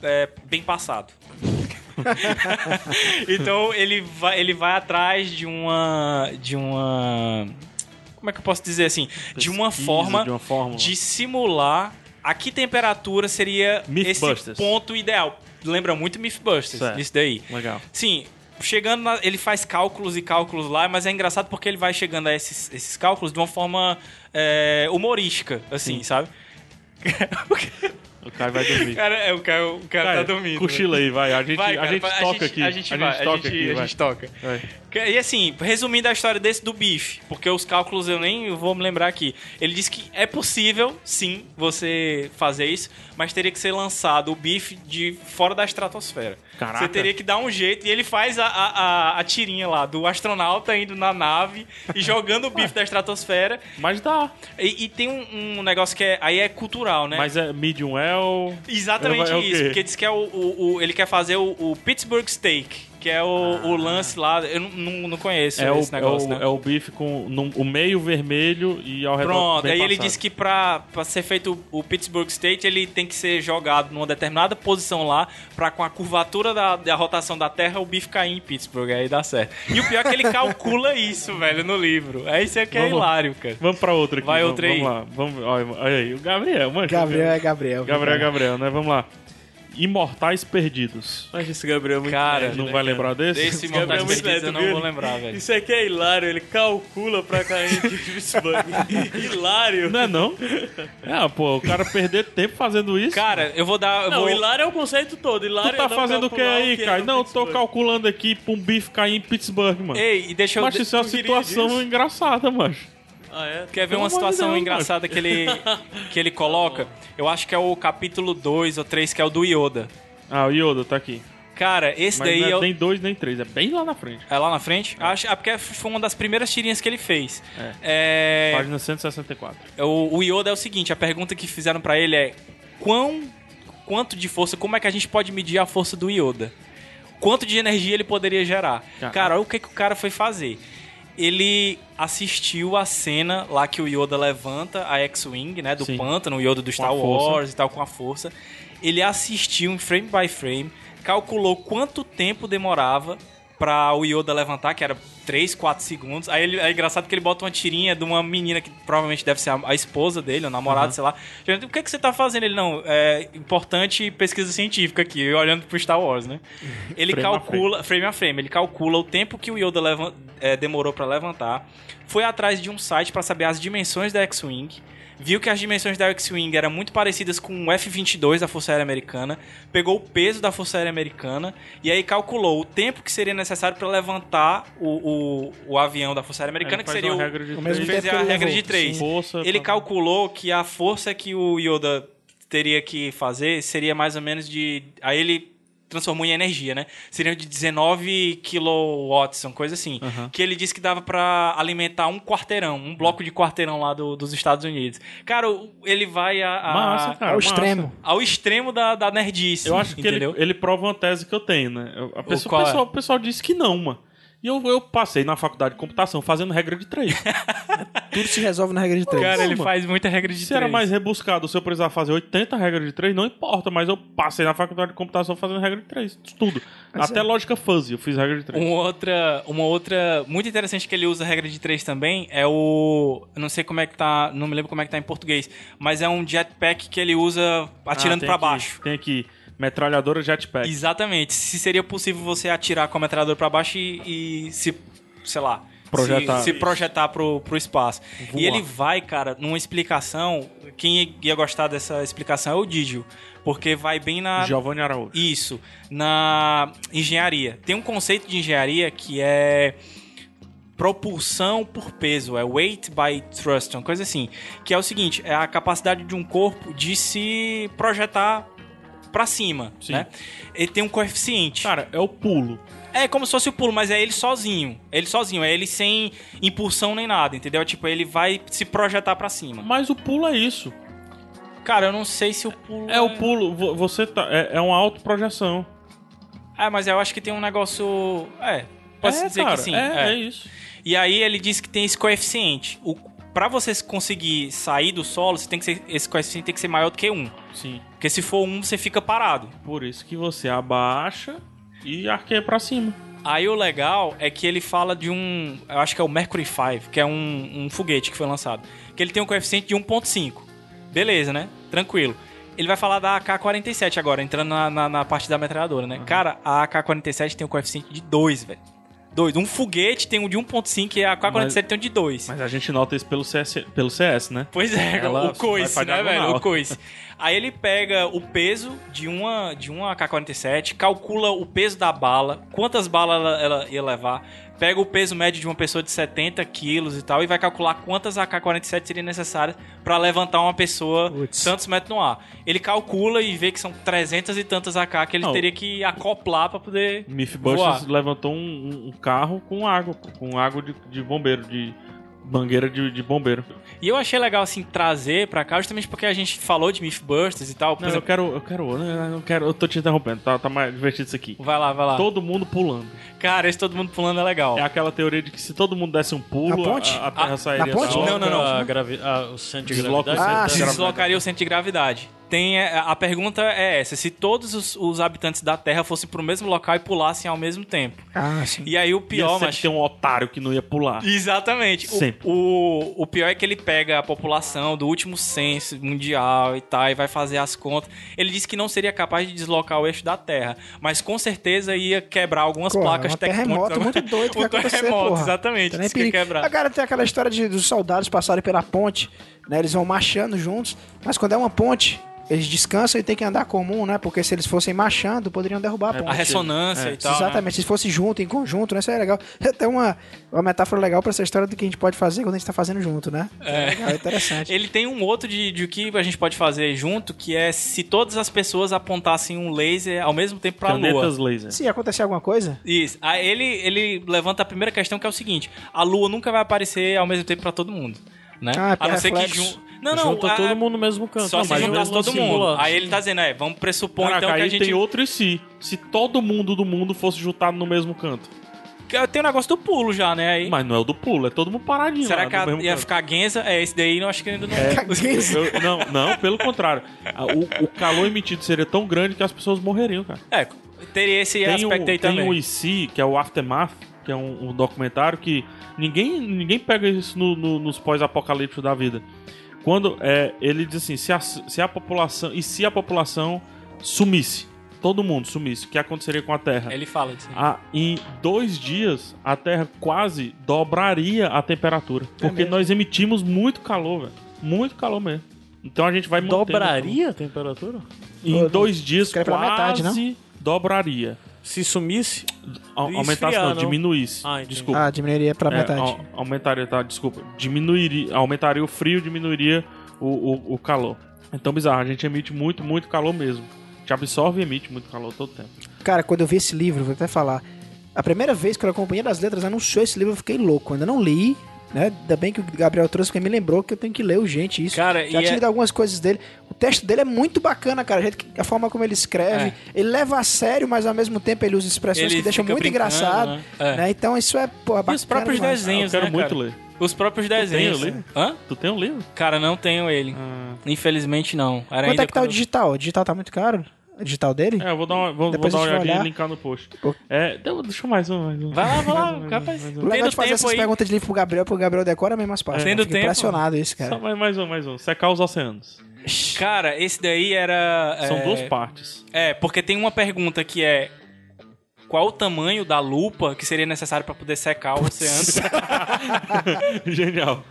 S3: é, bem passado. então ele vai, ele vai atrás de uma. de uma. Como é que eu posso dizer assim? de uma
S1: Pesquisa,
S3: forma
S1: De uma fórmula.
S3: de simular a que temperatura seria esse
S1: Mythbusters.
S3: ponto ideal. Lembra muito Mythbusters,
S1: Certo.
S3: isso daí.
S1: Legal.
S3: Sim, chegando na- ele faz cálculos e cálculos lá, mas é engraçado porque ele vai chegando a esses, esses cálculos de uma forma é, humorística, assim, sabe?
S1: O cara vai dormir.
S3: Cara, é, o cara, o cara, tá dormindo.
S1: Cochila aí, vai. A gente,
S3: Vai, cara,
S1: a gente
S3: vai,
S1: toca aqui.
S3: A gente, vai,
S1: toca
S3: a gente,
S1: aqui.
S3: a
S1: vai.
S3: gente toca.
S1: Vai.
S3: E assim, resumindo a história desse do bife, porque os cálculos eu nem vou me lembrar aqui. Ele disse que é possível, sim, você fazer isso, mas teria que ser lançado o bife de fora da estratosfera.
S1: Caraca.
S3: Você teria que dar um jeito e ele faz a, a, a- a tirinha lá do astronauta indo na nave e jogando o bife da estratosfera.
S1: Mas dá.
S3: E, e tem um, um negócio que é, aí é cultural, né?
S1: Mas é medium well.
S3: Exatamente
S1: É o quê?
S3: isso, porque diz que é o, o- o- ele quer fazer o, o Pittsburgh Steak, que é o, o lance lá, eu não, não, não conheço
S1: Ah. É o,
S3: esse negócio,
S1: é, o,
S3: né?
S1: é o bife com num- o meio vermelho e ao redor.
S3: Pronto,
S1: bem
S3: aí ele
S1: passado.
S3: disse que pra, pra ser feito o, o Pittsburgh State, ele tem que ser jogado numa determinada posição lá, pra com a curvatura da, da rotação da Terra, o bife cair em Pittsburgh, aí dá certo. E o pior é que ele calcula isso, velho, no livro. É isso aí que é
S1: Vamos-
S3: hilário, cara.
S1: Vamos pra outra aqui.
S3: Vai
S1: vamos,
S3: outra aí.
S1: Vamos lá. Vamos, olha, olha aí, o Gabriel, mano.
S4: Gabriel é Gabriel. viu,
S1: Gabriel, é
S4: cara?
S1: Gabriel, né? Vamos lá. Imortais Perdidos.
S2: Acho esse Gabriel muito
S3: Cara,
S2: nerd,
S1: Não
S2: né,
S1: vai
S2: cara?
S1: lembrar desse?
S3: Desse
S2: Gabriel
S3: Imortais
S2: é muito
S3: Perdidos eu
S2: nerd,
S3: não
S2: viu?
S3: vou lembrar, velho.
S2: Isso aqui é hilário, ele calcula pra cair em Pittsburgh. hilário.
S1: Não é não? Ah, pô, o cara perder tempo fazendo isso.
S3: Cara, eu vou dar... eu
S2: Não,
S3: vou-
S2: hilário é o conceito todo.
S1: tu
S2: Hilário é
S1: tá
S2: não
S1: fazendo o que
S2: calcular
S1: aí,
S2: que é
S1: cara?
S2: no
S1: Não, eu tô
S2: Pittsburgh.
S1: calculando aqui pra um bife cair em Pittsburgh, mano.
S3: Ei, e deixa eu...
S1: Mas isso é uma
S2: tu queria
S1: situação
S2: disso?
S1: engraçada, mano.
S2: Ah, é?
S3: Quer ver
S1: Pelo
S3: uma
S1: amor de
S3: situação
S1: Deus,
S3: engraçada que ele, que ele coloca? Eu acho que é o capítulo 2 ou 3, que é o do Yoda.
S1: Ah, o Yoda tá aqui.
S3: Cara, esse
S1: Mas
S3: daí
S1: não é
S3: eu-
S1: nem dois, nem três. É bem lá na frente.
S3: é lá na frente? Acho, ah, porque foi uma das primeiras tirinhas que ele fez. É,
S1: Página 164.
S3: o, o Yoda é o seguinte, a pergunta que fizeram pra ele é quão, quanto de força, como é que a gente pode medir a força do Yoda? Quanto de energia ele poderia gerar?
S1: Cara.
S3: Cara, olha o que, que o cara foi fazer. Ele assistiu a cena lá que o Yoda levanta a X-Wing, né, do
S1: Sim.
S3: pântano, o Yoda do Star
S1: a força.
S3: Wars e tal, com a força. Ele assistiu em frame by frame, calculou quanto tempo demorava pra o Yoda levantar, que era 3, 4 segundos. Aí ele- é engraçado que ele bota uma tirinha de uma menina que provavelmente deve ser a, a esposa dele, ou
S1: Uhum.
S3: namorada, sei lá. Gente, O que, é que você tá fazendo? Ele, não, é importante pesquisa científica aqui, eu olhando pro Star Wars, né? Ele
S1: Frame a
S3: calcula, frame a frame, ele calcula o tempo que o Yoda levan- é, demorou pra levantar, foi atrás de um site pra saber as dimensões da X-Wing, viu que as dimensões da X-Wing eram muito parecidas com o F-22 da Força Aérea Americana, pegou o peso da Força Aérea Americana e aí calculou o tempo que seria necessário para levantar o, o, o avião da Força Aérea Americana, que seria o,
S4: o mesmo
S3: fez
S4: tempo
S3: a
S4: que ele
S3: regra de
S4: levou.
S3: três.
S1: Força, tá
S3: Ele
S1: pra-
S3: calculou que a força que o Yoda teria que fazer seria mais ou menos de. Aí ele transformou em energia, né? Seria de 19 kilowatts, uma coisa assim.
S1: Aham.
S3: Que ele disse que dava pra alimentar um quarteirão, um bloco de quarteirão lá do- dos Estados Unidos. Cara, o- ele vai a, a-
S1: Massa, cara.
S4: Ao
S1: massa.
S4: É extremo.
S3: ao extremo da, da nerdice.
S1: Eu acho que ele,
S3: entendeu?
S1: ele prova uma tese que eu tenho, né? Eu- A pessoa-
S3: qual
S1: o,
S3: é?
S1: pessoal, o pessoal disse que não, mano. E eu, eu passei na faculdade de computação fazendo regra de três.
S4: Tudo se resolve na regra de três.
S3: Cara,
S1: Não,
S3: ele
S1: mano.
S3: faz muita regra de
S1: Se era
S3: três.
S1: mais rebuscado, se eu precisar fazer 80 regras de três, não importa, mas eu passei na faculdade de computação fazendo regra de três. Tudo.
S4: Mas
S1: Até
S4: é.
S1: lógica fuzzy, eu fiz regra de três.
S3: Uma Um outra, uma outra muito interessante que ele usa a regra de três também é o, eu não sei como é que tá, não me lembro como é que tá em português, mas é um jetpack que ele usa atirando
S1: Ah, tem
S3: pra
S1: aqui-
S3: baixo.
S1: Tem aqui, metralhadora jetpack.
S3: Exatamente. Se seria possível você atirar com a metralhadora pra baixo e, e se, sei lá,
S1: Projetar.
S3: se, se projetar pro, pro espaço.
S1: Voar.
S3: E ele vai, cara, numa explicação, quem ia gostar dessa explicação é o Didio, porque vai bem na
S1: Giovanni Araújo.
S3: isso, na engenharia. Tem um conceito de engenharia que é propulsão por peso, é weight by thrust, uma coisa assim, que é o seguinte, é a capacidade de um corpo de se projetar pra cima,
S1: Sim.
S3: né? Ele tem um coeficiente.
S1: Cara, é o pulo.
S3: É como se fosse o pulo, mas é ele sozinho. É ele sozinho, é ele sem impulsão nem nada, entendeu? É Tipo, ele vai se projetar pra cima.
S1: Mas o pulo é isso.
S3: Cara, eu não sei se o pulo
S1: É o pulo, vo- você tá. É, é uma autoprojeção.
S3: É, mas eu acho que tem um negócio, é, posso
S1: é,
S3: dizer
S1: cara,
S3: que sim.
S1: É, é. isso.
S3: E aí ele diz que tem esse coeficiente. O, pra você conseguir sair do solo, você tem que ser, esse coeficiente tem que ser maior do que um.
S1: Sim.
S3: Porque se for um, você fica parado.
S1: Por isso que você abaixa e arqueia pra cima.
S3: Aí o legal é que ele fala de um. Eu acho que é o Mercury 5, que é um, um foguete que foi lançado. Que ele tem um coeficiente de 1,5. Beleza, né? Tranquilo. Ele vai falar da AK-47 agora, entrando na, na- na parte da metralhadora, né? Cara, a AK-47 tem um coeficiente de 2, velho. 2. Um foguete tem um de 1,5 e a AK-47 tem um de 2.
S1: Mas a gente nota isso pelo CS, pelo CS né?
S3: Pois é,
S1: Ela
S3: o coice,
S1: vai pra
S3: né,
S1: diagonal.
S3: velho? O coice. Aí ele pega o peso de uma, de uma AK-47, calcula o peso da bala, quantas balas ela, ela ia levar, pega o peso médio de uma pessoa de 70 quilos e tal, e vai calcular quantas AK-47 seriam necessárias pra levantar uma pessoa
S4: Putz.
S3: tantos metros no ar. Ele calcula e vê que são 300 e tantas AK que ele
S1: Não.
S3: teria que acoplar pra poder...
S1: Mythbusters
S3: Voar.
S1: levantou um, um- um carro com água, pô, com água de, de bombeiro, de mangueira de, de bombeiro.
S3: E eu achei legal, assim, trazer pra cá, justamente porque a gente falou de Mythbusters e tal. Por
S1: Não, eu
S3: exemplo,
S1: quero, eu quero, eu não quero, eu tô te interrompendo, tá, tá mais divertido isso aqui.
S3: Vai lá, vai lá.
S1: Todo mundo pulando.
S3: Cara, esse todo mundo pulando é legal.
S1: É aquela teoria de que se todo mundo desse um pulo,
S4: Na ponte?
S1: A, a terra
S3: Ah,
S1: sairia
S4: na ponte?
S1: da
S3: Não, não, não.
S2: A gravi... ah, o centro de
S1: Desloca o
S2: gravidade. é
S4: centro Ah,
S1: da
S4: sim.
S3: se
S1: gravidade.
S3: deslocaria o centro de gravidade. Tem, é, a pergunta é essa: se todos os, os habitantes da Terra fossem pro mesmo local e pulassem ao mesmo tempo.
S4: Ah, sim.
S3: E aí o pior,
S1: Ia sempre
S3: mas
S1: ter um otário que não ia pular.
S3: Exatamente. O-
S1: Sempre.
S3: O, o, pior é que ele pega a população do último censo mundial e tal, e vai fazer as contas. Ele disse que não seria capaz de deslocar o eixo da Terra, mas com certeza ia quebrar algumas
S4: Pô,
S3: placas
S4: um terremoto
S3: tectônicas. né?
S4: muito doido que
S3: o
S4: vai acontecer,
S3: terremoto,
S4: porra.
S3: exatamente.
S4: Tem nem
S3: Disse que ia
S4: perigo.
S3: quebrar.
S4: Agora tem aquela história de, dos soldados passarem pela ponte, né? Eles vão marchando juntos, mas quando é uma ponte, eles descansam e tem que andar comum, né? Porque se eles fossem marchando, poderiam derrubar a
S1: É,
S4: ponte.
S3: A ressonância
S1: É,
S3: e tal. né?
S4: Exatamente, se fosse junto, em conjunto, né? Isso é legal. Tem uma, uma metáfora legal pra essa história do que a gente pode fazer quando a gente tá fazendo junto, né? É, legal, é interessante.
S3: Ele tem um outro de, de o que a gente pode fazer junto, que é se todas as pessoas apontassem um laser ao mesmo tempo pra Lua.
S1: Planetas laser.
S4: Se acontecer alguma coisa,
S3: Isso. Aí ele, ele levanta a primeira questão que é o seguinte: a Lua nunca vai aparecer ao mesmo tempo pra todo mundo, né?
S4: Ah,
S3: a não ser que
S4: reflexo.
S3: jun... Não, não.
S2: Junta
S3: a-
S2: todo mundo no mesmo canto.
S3: Só
S2: Não,
S3: se
S2: mas
S3: juntasse
S2: eu-
S3: todo
S2: assim,
S3: mundo.
S2: pula.
S3: Aí ele tá dizendo, é, vamos pressupor
S1: Caraca,
S3: então que
S1: aí
S3: a gente
S1: tem outro e se. Se todo mundo do mundo fosse juntado no mesmo canto.
S3: Que Tem o negócio do pulo já, né? Aí,
S1: Mas não é o do pulo, é todo mundo paradinho.
S3: será
S1: lá,
S3: que
S1: no
S3: a-
S1: mesmo
S3: ia
S1: canto.
S3: ficar Genza? É, esse daí eu acho que ainda não. É,
S1: Eu- não, não, pelo contrário. A- O, o calor emitido seria tão grande que as pessoas morreriam, cara.
S3: É, teria esse
S1: Tem o,
S3: aspecto aí
S1: tem
S3: também.
S1: o IC, que é o Aftermath, que é um, um documentário que ninguém, ninguém pega isso no- no- nos pós-apocalipse da vida. Quando é, ele diz assim, se a, se a população. E se a população sumisse? Todo mundo sumisse, o que aconteceria com a Terra?
S3: Ele fala assim, disso. aí.
S1: Ah, em dois dias, a Terra quase dobraria a temperatura. Porque
S4: É mesmo?
S1: nós emitimos muito calor, velho. Muito calor mesmo. Então a gente vai mantendo-
S2: Dobraria a temperatura?
S1: Em dois dias
S4: Escreve
S1: quase
S4: pra metade, né?
S1: dobraria.
S2: Se sumisse?
S1: A-
S2: Esfriar,
S1: aumentasse, não,
S2: não.
S1: diminuísse.
S2: Ah, entendi.
S1: desculpa.
S4: Ah, diminuiria pra
S1: É,
S4: metade.
S1: au- aumentaria, tá, desculpa. Diminuiria, aumentaria o frio, diminuiria o, o, o calor. Então, bizarro, a gente emite muito, muito calor mesmo. A gente absorve e emite muito calor todo tempo.
S4: Cara, quando eu vi esse livro, vou até falar. A primeira vez que a Companhia das Letras anunciou esse livro, eu fiquei louco. Ainda não li, né? Ainda bem que o Gabriel trouxe, porque me lembrou que eu tenho que ler urgente isso.
S3: Cara,
S4: Já
S3: e
S4: tinha
S3: é-
S4: lido algumas coisas dele. O texto dele é muito bacana, cara. A, gente- a forma como ele escreve.
S3: É.
S4: Ele leva a sério, mas ao mesmo tempo ele usa expressões
S3: Ele
S4: que deixam
S3: fica
S4: muito
S3: brincando,
S4: engraçado.
S3: né? É.
S4: né? Então isso é, pô, bacana
S3: E os próprios
S4: demais.
S3: desenhos,
S1: Eu quero
S3: né,
S1: muito
S3: cara?
S1: ler.
S3: Os próprios desenhos.
S1: tem o livro?
S3: Hã?
S1: Tu tem um livro?
S3: Cara, não tenho ele. Infelizmente não. Era
S4: Quanto
S3: ainda
S4: é que tá o
S3: quando-
S4: digital? O digital tá muito caro? O digital dele?
S1: É, eu vou dar uma, vou, vou
S4: Depois
S1: dar
S4: a
S1: uma
S4: gente vai
S1: olhadinha e
S4: olhar.
S1: linkar no post.
S4: Pô.
S1: É, deu- deixa eu mais um, mais um.
S3: Vai lá, vai
S1: Mais um,
S3: lá,
S1: mais
S3: capaz.
S1: um, mais um.
S4: O legal
S3: Tendo
S4: de fazer
S3: tempo
S4: essas
S3: aí.
S4: perguntas de livro pro Gabriel, porque o Gabriel decora mesmo as partes.
S3: Tendo
S4: Eu fico
S3: tempo.
S4: impressionado isso,
S1: Só
S4: cara.
S1: mais, mais um, mais um. Secar os oceanos.
S3: Cara, esse daí era.
S1: São
S3: é,
S1: duas partes.
S3: É, porque tem uma pergunta que é. Qual o tamanho da lupa que seria necessário pra poder secar o oceano?
S1: Genial.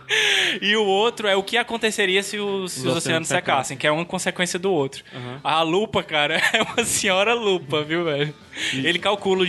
S3: E o outro é o que aconteceria se os, se os
S1: oceanos
S3: oceanos
S1: secassem.
S3: secassem, que é uma consequência do outro. A lupa, cara, é uma senhora lupa, viu, velho? Ele calcula o
S1: E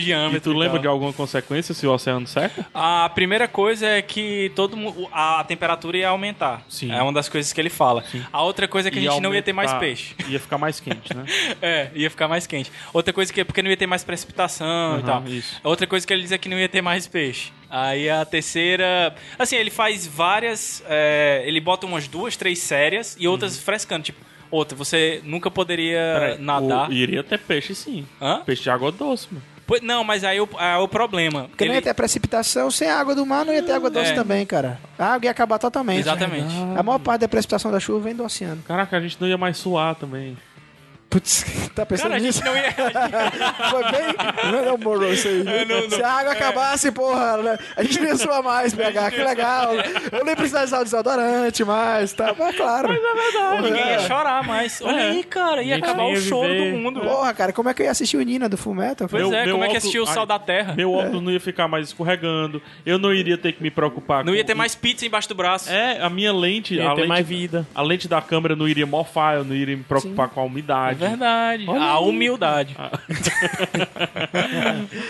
S1: tu
S3: diâmetro.
S1: lembra
S3: tal.
S1: de alguma consequência se o oceano seca?
S3: A primeira coisa é que todo mu- a temperatura ia aumentar.
S1: Sim.
S3: É uma das coisas que ele fala. A outra coisa é que a gente não ia ter mais peixe.
S1: Ia ficar mais quente, né?
S3: É, ia ficar mais quente. Outra coisa que é porque não ia ter mais precipitação e
S1: Aham,
S3: tal.
S1: isso.
S3: Outra coisa que ele diz é que não ia ter mais peixe. Aí a terceira. Assim, ele faz várias. é, ele bota umas duas, três sérias e outras frescando. Tipo, outra, você nunca poderia
S1: Uhum. Peraí,
S3: nadar.
S1: o- iria ter peixe, sim.
S3: Hã?
S1: Peixe de água doce, mano.
S3: Pois- Não, mas aí o, aí o problema.
S4: Porque
S3: ele...
S4: não ia ter precipitação, sem a água do mar não ia ter água doce
S3: É.
S4: também, cara. A água ia acabar totalmente.
S3: Exatamente.
S4: A maior parte da precipitação da chuva vem do oceano.
S1: Caraca, a gente não ia mais suar também.
S4: Putz, tá pensando
S3: Cara, a
S4: nisso?
S3: gente não ia.
S4: Foi bem Não, não, Moro, isso aí. Se a
S3: É.
S4: água acabasse, porra, né? a gente não ia suar mais, BH, que legal. Eu nem precisava usar o desodorante mais, tá? Mas claro.
S3: é Ninguém ia chorar mais. Olha aí, cara,
S1: é.
S3: ia
S1: Ninguém
S3: acabar o
S1: ia
S3: choro
S1: viver.
S3: do mundo.
S4: Porra, cara, como é que eu ia assistir o Nina do Fullmetal?
S3: Pois
S1: Meu-
S3: é,
S1: meu
S3: como é que
S1: óculos-
S3: assistiu o Sal
S1: Ai,
S3: da Terra?
S4: É.
S1: Meu óculos não ia ficar mais escorregando. Eu não iria ter que me preocupar
S3: Não
S1: com-
S3: ia ter mais pizza embaixo do braço.
S1: É, a minha lente,
S2: Ia
S1: a,
S2: ter
S1: lente
S2: mais vida.
S1: a lente da câmera não iria morfar, eu não iria me preocupar com a umidade.
S3: É Verdade. a humildade.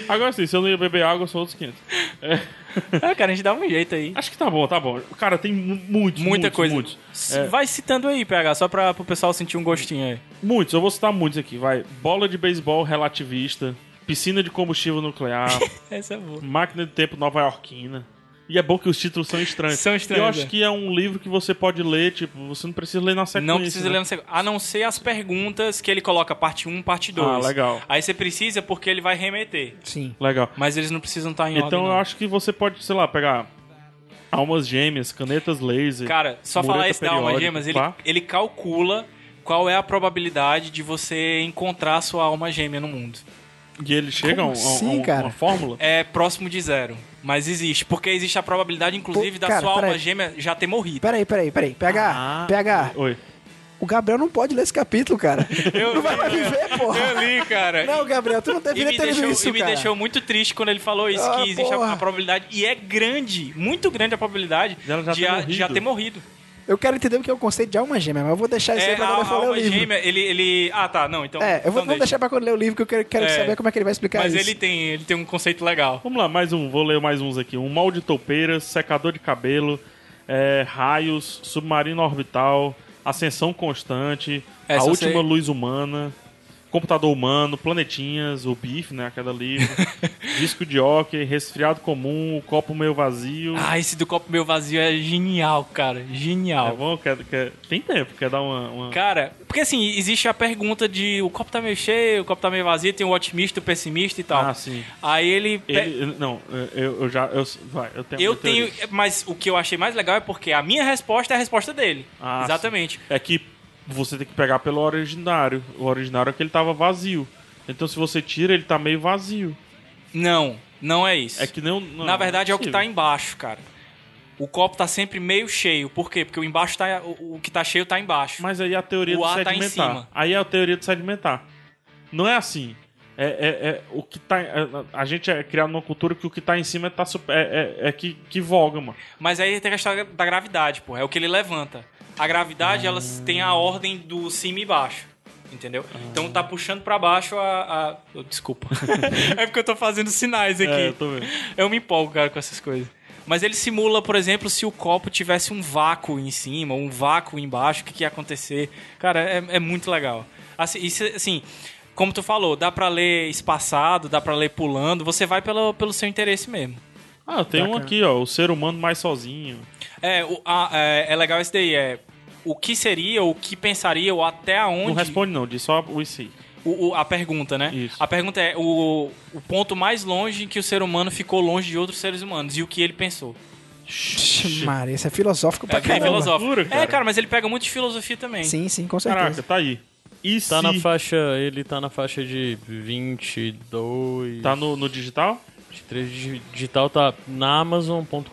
S1: Agora sim, se eu não ia beber água, são outros 500.
S3: É, cara, a gente dá um jeito aí.
S1: Acho que tá bom, tá bom. Cara, tem mu- muitos,
S3: Muita
S1: muitos,
S3: coisa.
S1: muitos.
S3: S- Vai citando aí, PH, só pra, pro pessoal sentir um gostinho aí.
S1: Muitos, eu vou citar muitos aqui, vai. Bola de beisebol relativista, piscina de combustível nuclear,
S3: Essa é boa.
S1: máquina do tempo nova-iorquina. E é bom que os títulos são estranhos.
S3: São estranhos,
S1: E eu
S3: é.
S1: acho que é um livro que você pode ler, tipo, você não precisa ler na sequência. né?
S3: Não precisa ler no segundo. A não ser as perguntas que ele coloca parte 1, parte 2.
S1: Ah, legal.
S3: Aí você precisa porque ele vai remeter.
S4: assim, Sim.
S1: Legal.
S3: Mas eles não precisam estar em ordem.
S1: Então eu
S3: não.
S1: acho que você pode, sei lá, pegar almas gêmeas, canetas laser.
S3: Cara, só
S1: mureta
S3: falar esse da alma
S1: periódica,
S3: gêmeas, ele,
S1: pá.
S3: ele calcula qual é a probabilidade de você encontrar sua alma gêmea no mundo.
S1: E ele chega a, um- a- a-
S4: assim,
S1: uma
S4: cara?
S1: fórmula.
S3: É próximo de zero. Mas existe. Porque existe a probabilidade, inclusive, da
S4: cara,
S3: sua alma
S4: peraí.
S3: gêmea já ter morrido.
S4: Peraí, peraí, peraí. PH,
S3: Ah.
S4: PH,
S1: Oi.
S4: o Gabriel não pode ler esse capítulo, cara.
S3: Eu
S4: não vai mais viver, porra.
S3: Eu li, cara.
S4: Não, Gabriel, tu não
S3: E
S4: deveria
S3: me,
S4: ter
S3: deixou,
S4: lido isso,
S3: e me
S4: cara.
S3: deixou muito triste quando ele falou isso,
S4: Ah,
S3: que existe a,
S4: porra.
S3: a probabilidade, e é grande, muito grande a probabilidade
S1: Dela já
S3: de,
S1: ter
S3: a-
S1: morrido.
S3: de já ter morrido.
S4: Eu quero entender o que é o conceito de alma gêmea, mas eu vou deixar isso
S3: É,
S4: aí pra
S3: a,
S4: quando eu
S3: a
S4: for ler o
S3: alma
S4: livro.
S3: gêmea, ele, ele... Ah, tá, não, então...
S4: É, eu vou
S3: então
S4: vou
S3: deixa.
S4: deixar pra quando ler o livro, que eu quero, quero
S3: É.
S4: saber como é que ele vai explicar
S3: Mas
S4: isso.
S3: ele tem, ele tem um conceito legal.
S1: Vamos lá, mais um. Vou ler mais uns aqui. Um mal de toupeira, secador de cabelo, é, raios, submarino orbital, ascensão constante,
S3: É,
S1: a
S3: se
S1: última
S3: você-
S1: luz humana, computador humano, planetinhas, o bife, né? A queda livre, disco de hóquei, resfriado comum, o copo meio vazio.
S3: Ah, esse do copo meio vazio é genial, cara,
S1: É
S3: genial.
S1: bom? Quer, quer... Tem tempo, quer dar uma. uma-
S3: Cara, porque assim, existe a pergunta de o copo tá meio cheio, o copo tá meio vazio, tem o otimista, o pessimista e tal.
S1: Ah, sim.
S3: Aí ele... pe-
S1: Ele- é não, eu, eu já. Eu, vai, eu tenho. a
S3: Eu
S1: minha teoria.
S3: tenho, mas o que eu achei mais legal é porque a minha resposta é a resposta dele.
S1: Ah,
S3: Exatamente.
S1: É que você tem que pegar pelo originário. O originário é que ele tava vazio. Então se você tira, ele tá meio vazio.
S3: Não, não é isso.
S1: É que nem. um- não,
S3: Na verdade, é o que tá
S1: possível.
S3: embaixo, cara. O copo tá sempre meio cheio. Por quê? Porque o embaixo tá. O, o que tá cheio tá embaixo.
S1: Mas aí é a teoria
S3: O
S1: do
S3: ar tá em
S1: sedimentar.
S3: cima.
S1: Aí é a teoria de sedimentar. Não é assim. É, é- é o que tá. é, a gente é criado numa cultura que o que tá em cima tá, sup- é, é- é que, que voga, mano.
S3: Mas aí tem a questão da gravidade, porra. É o que ele levanta. A gravidade, ela tem a ordem do cima e baixo. Entendeu? Então tá puxando pra baixo a. a- oh, Desculpa. é porque eu tô fazendo sinais aqui.
S1: É, eu tô vendo.
S3: Eu me empolgo, cara, com essas coisas. Mas ele simula, por exemplo, se o copo tivesse um vácuo em cima, um vácuo embaixo, o que, que ia acontecer. Cara, é, é muito legal. Assim, isso, assim, como tu falou, dá pra ler espaçado, dá pra ler pulando, você vai pelo, pelo seu interesse mesmo.
S1: Ah, tem
S2: Tá,
S1: um aqui, ó. O ser humano mais sozinho.
S3: É, o- a- é, é legal esse daí, é o que seria, o que pensaria, ou até
S1: Não
S3: onde...
S1: responde, não, diz só o IC.
S3: O- o- a pergunta, né?
S1: Isso.
S3: A pergunta é o, o ponto mais longe em que o ser humano ficou longe de outros seres humanos e o que ele pensou.
S4: Ixi, Maria, isso é filosófico pra
S3: É bem
S4: caramba.
S3: filosófico.
S1: loucura, Tá cara.
S3: É, cara, mas ele pega muito de filosofia também.
S4: Sim, sim, com certeza.
S1: Caraca, tá aí. E
S2: Tá
S1: se...
S2: na faixa. Ele tá na faixa de 22.
S1: Tá no, no digital?
S2: 23 digi- digital tá na Amazon.com.br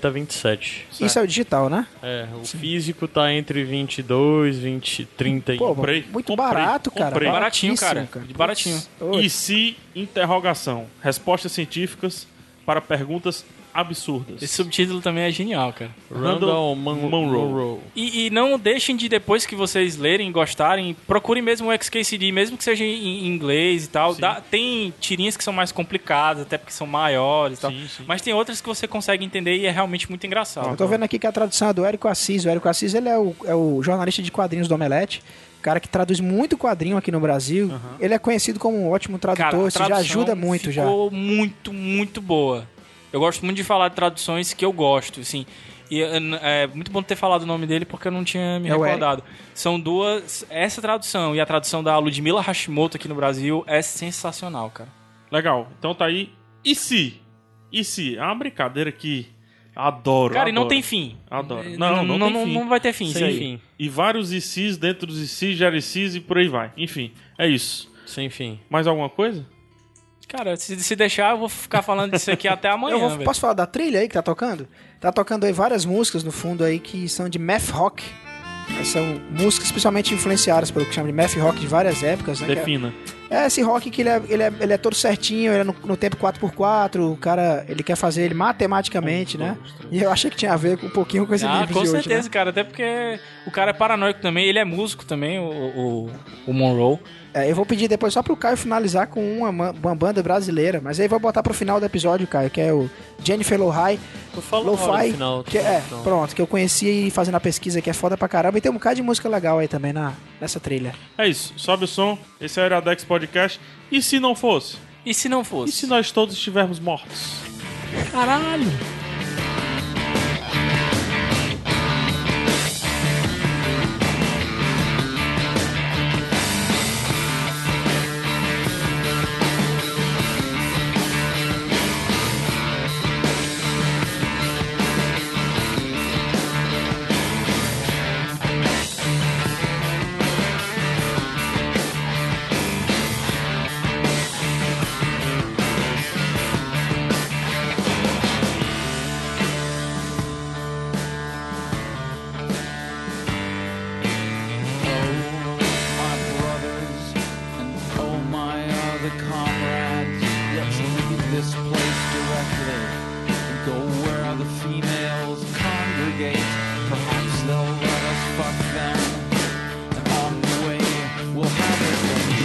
S2: tá 27.
S4: Isso é o digital, né?
S2: É, o físico tá entre 22, 20, 30
S4: Pô,
S1: Comprei,
S4: muito
S1: comprei,
S4: barato, cara.
S1: comprei.
S3: Baratinho, cara.
S4: Baratíssimo,
S3: Baratinho.
S4: Putz, ô,
S1: E se interrogação? Respostas científicas para perguntas absurdas.
S3: Esse subtítulo também é genial, cara.
S2: Randall
S1: Randall
S2: Mon
S1: Monroe.
S2: Monroe.
S3: E, e não deixem de, depois que vocês lerem, gostarem, procurem mesmo o XKCD, mesmo que seja em em inglês e tal.
S1: Sim.
S3: Dá- tem tirinhas que são mais complicadas, até porque são maiores e tal.
S1: Sim, sim.
S3: Mas tem outras que você consegue entender e é realmente muito engraçado.
S4: Eu tô vendo aqui que a tradução é do Érico Assis. O Érico Assis ele é, o, é o jornalista de quadrinhos do Omelete. Cara que traduz muito quadrinho aqui no Brasil. Ele é conhecido como um ótimo tradutor.
S3: Cara, a
S4: isso já
S3: tradução
S4: ajuda muito já.
S3: ficou muito, muito boa. Eu gosto muito de falar de traduções que eu gosto, assim. E eh, n- é muito bom ter falado o nome dele porque eu não tinha me
S4: É o
S3: recordado. São duas. Essa tradução e a tradução da Ludmilla Hashimoto aqui no Brasil é sensacional, cara.
S1: Legal. Então tá aí. E se? E se? É uma brincadeira que adoro.
S3: Cara, e não
S1: adoro.
S3: tem fim.
S1: Adoro.
S3: Eh,
S1: Não, não,
S3: não,
S1: tem fim.
S3: não vai ter fim, isso
S2: Sem
S3: aí.
S2: fim.
S1: E vários ICs dentro dos ICs, gera ICs e por aí vai. Enfim, é isso.
S2: Sem fim.
S1: Mais alguma coisa?
S3: Cara, se, se deixar, eu vou ficar falando disso aqui até amanhã.
S4: Eu vou-
S3: velho.
S4: posso falar da trilha aí que tá tocando? Tá tocando aí várias músicas no fundo aí que são de math rock. São músicas especialmente influenciadas pelo que chama de math rock de várias épocas, né? Que é-
S1: Defina.
S4: É esse rock que ele é, ele é, ele é todo certinho, ele é no, no tempo 4x4, o cara ele quer fazer ele matematicamente, né? E eu achei que tinha a ver com- um pouquinho com esse
S3: ah,
S4: livro
S3: com
S4: de hoje,
S3: certeza, cara. Até porque o cara é paranoico também, ele é músico também, o, o, o Monroe.
S4: né? É, eu vou pedir depois só pro Caio finalizar com uma, ma- uma banda brasileira, mas aí vou botar pro final do episódio, Caio, que é o Jennifer Lohai,
S2: Eu falo uma hora no
S4: Lo-Fi,
S2: final.
S4: que é,
S2: então.
S4: pronto, que eu conheci fazendo a pesquisa, que é foda pra caramba, e tem um bocado de música legal aí também na, nessa trilha.
S1: É isso. Sobe o som. Esse é o Iradex Podcast. E se não fosse?
S3: E se não
S1: E
S3: fosse?
S1: se nós todos estivermos mortos?
S3: Caralho!
S5: my brothers and oh my other comrades. Let's leave this place directly and go where the females congregate. Perhaps they'll let us fuck them. And on the way, we'll have a drink.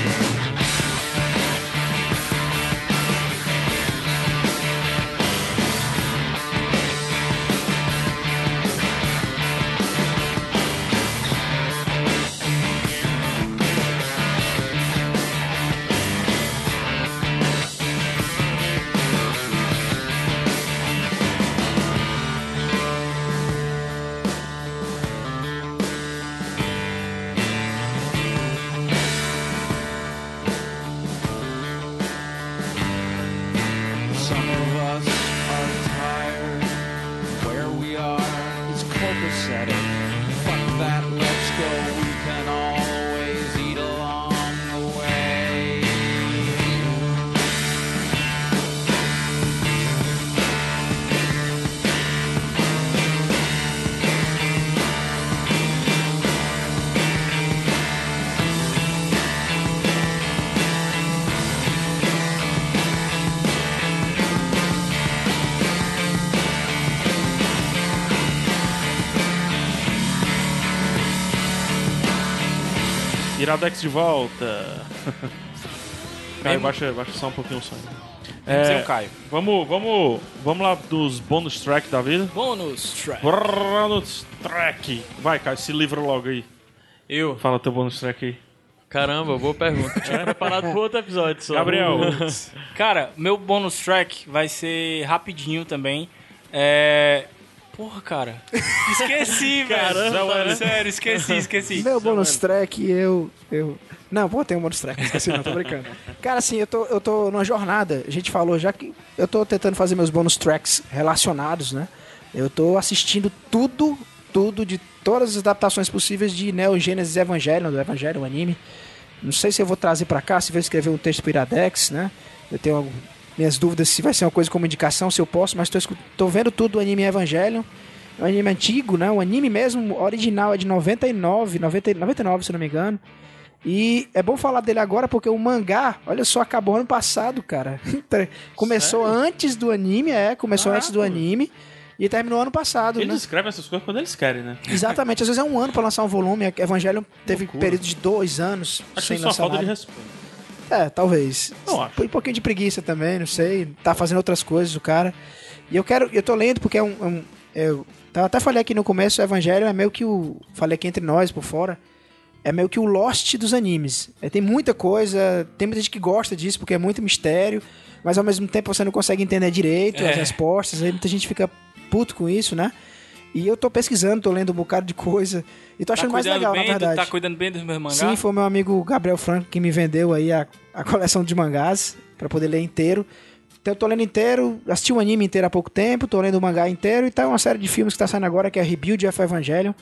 S1: Iradex de volta. Caio,
S3: Mesmo-
S1: baixa, baixa só um pouquinho o som.
S3: É...
S1: É,
S3: o Caio.
S1: vamos, vamos, vamos lá dos bônus track da vida.
S3: Bônus track.
S1: Bônus track. Vai, Caio, se livra logo aí.
S2: Eu?
S1: Fala teu bônus track aí.
S2: Caramba, boa pergunta. Tinha preparado pro outro episódio só.
S1: Gabriel.
S3: Cara, meu bônus track vai ser rapidinho também. É. Porra, cara. Esqueci, velho.
S1: Caramba, né?
S3: Sério, esqueci, esqueci.
S4: Meu bonus track, eu. eu... Não, pô, tem um bonus track, esqueci, não, tô brincando. Cara, assim, eu tô, eu tô numa jornada, a gente falou, já que eu tô tentando fazer meus bonus tracks relacionados, né? Eu tô assistindo tudo, tudo, de todas as adaptações possíveis de Neo Gênesis Evangelion, do Evangelho, o anime. Não sei se eu vou trazer pra cá, se vou escrever um texto pro Iradex, né? Eu tenho algum- minhas dúvidas se vai ser uma coisa como indicação, se eu posso, mas tô, escu- tô vendo tudo do anime Evangelion. É um anime antigo, né? Um anime mesmo, original, é de 99, 90, 99, se não me engano. E é bom falar dele agora porque o mangá, olha só, acabou ano passado, cara. começou antes do anime, é, começou antes do anime e terminou ano passado,
S1: Ah, Eles
S4: né?
S1: escrevem essas coisas quando eles querem, né?
S4: Exatamente, às vezes é um ano pra lançar um volume. Evangelho teve período de dois anos
S1: Acho
S4: sem
S1: isso uma
S4: lançar
S1: falta
S4: nada.
S1: de respeito.
S4: É, talvez.
S1: Não acho.
S4: Põe um pouquinho de preguiça também, não sei. Tá fazendo outras coisas o cara. E eu quero. Eu tô lendo porque é um. é um- eu tá- até falei aqui no começo, o Evangelho é meio que o. Falei aqui entre nós, por fora. É meio que o Lost dos animes. É, tem muita coisa, tem muita gente que gosta disso porque é muito mistério, mas ao mesmo tempo você não consegue entender direito
S3: É.
S4: as respostas, aí muita gente fica puto com isso, né? E eu tô pesquisando, tô lendo um bocado de coisa e
S3: Tá
S4: tô achando mais
S3: cuidando
S4: legal,
S3: bem
S4: na
S3: do-
S4: verdade.
S3: Tá cuidando bem dos meus mangás?
S4: Sim, foi meu amigo Gabriel Franco que me vendeu aí a, a coleção de mangás pra poder ler inteiro. Então eu tô lendo inteiro, assisti o anime inteiro há pouco tempo, tô lendo o mangá inteiro e tá uma série de filmes que tá saindo agora que é Rebuild of Evangelion.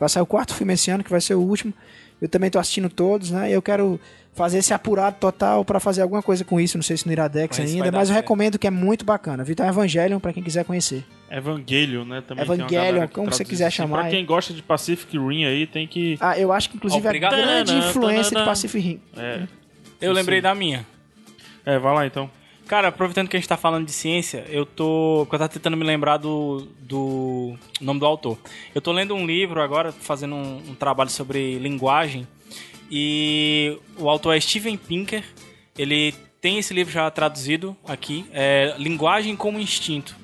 S4: Vai sair o quarto filme esse ano, que vai ser o último. Eu também tô assistindo todos, né? E eu quero fazer esse apurado total pra fazer alguma coisa com isso, não sei se no Iradex
S3: Mas vai
S4: ainda,
S3: dar
S4: mas eu
S3: certo.
S4: recomendo que é muito bacana. Viu? Então Evangelion pra quem quiser conhecer.
S1: Evangelion, né? Também tem uma
S4: Evangelion,
S1: galera que
S4: como você
S1: traduz
S4: quiser
S1: assim.
S4: chamar
S1: Pra
S4: aí.
S1: quem gosta de Pacific Rim aí, tem que...
S4: Ah, eu acho que inclusive
S3: Obrigado.
S4: a grande
S2: Tanana,
S4: influência
S2: tanana.
S4: de Pacific Rim.
S1: É,
S3: Eu lembrei da minha.
S1: é, vai lá então.
S3: Cara, aproveitando que a gente tá falando de ciência, eu tô. porque Eu tava tentando me lembrar do, do nome do autor. Eu tô lendo um livro agora, fazendo um, um trabalho sobre linguagem. E o autor é Steven Pinker. Ele tem esse livro já traduzido aqui: é Linguagem como Instinto.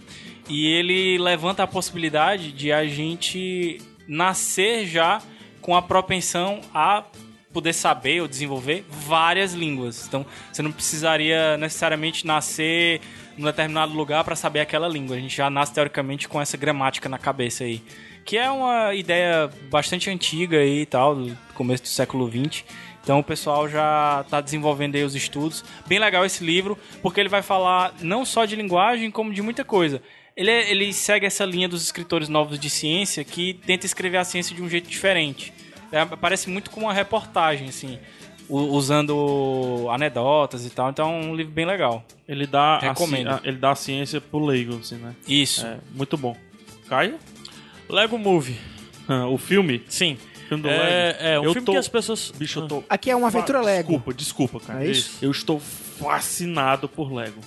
S3: E ele levanta a possibilidade de a gente nascer já com a propensão a poder saber ou desenvolver várias línguas. Então, você não precisaria necessariamente nascer num determinado lugar para saber aquela língua. A gente já nasce teoricamente com essa gramática na cabeça aí, que é uma ideia bastante antiga aí e tal, do começo do século XX. Então o pessoal já está desenvolvendo aí os estudos. Bem legal esse livro, porque ele vai falar não só de linguagem, como de muita coisa. Ele, é- ele segue essa linha dos escritores novos de ciência que tenta escrever a ciência de um jeito diferente. É, parece muito com uma reportagem, assim, u- usando anedotas e tal. Então é um livro bem legal.
S1: Ele dá, a, ci-
S3: Recomendo.
S1: a- ele dá a ciência pro leigo, assim, né?
S3: Isso.
S1: É, muito bom. Caio?
S2: Lego Movie.
S1: Ah, O filme?
S2: Sim.
S1: Filme do Lego?
S2: É, é um
S1: Eu
S2: filme
S1: tô-
S2: que as pessoas.
S1: Bicho, eu tô...
S4: Aqui é uma aventura
S1: Fa-
S4: Lego.
S1: Desculpa, desculpa, cara.
S4: É isso?
S1: Eu estou fascinado por Lego.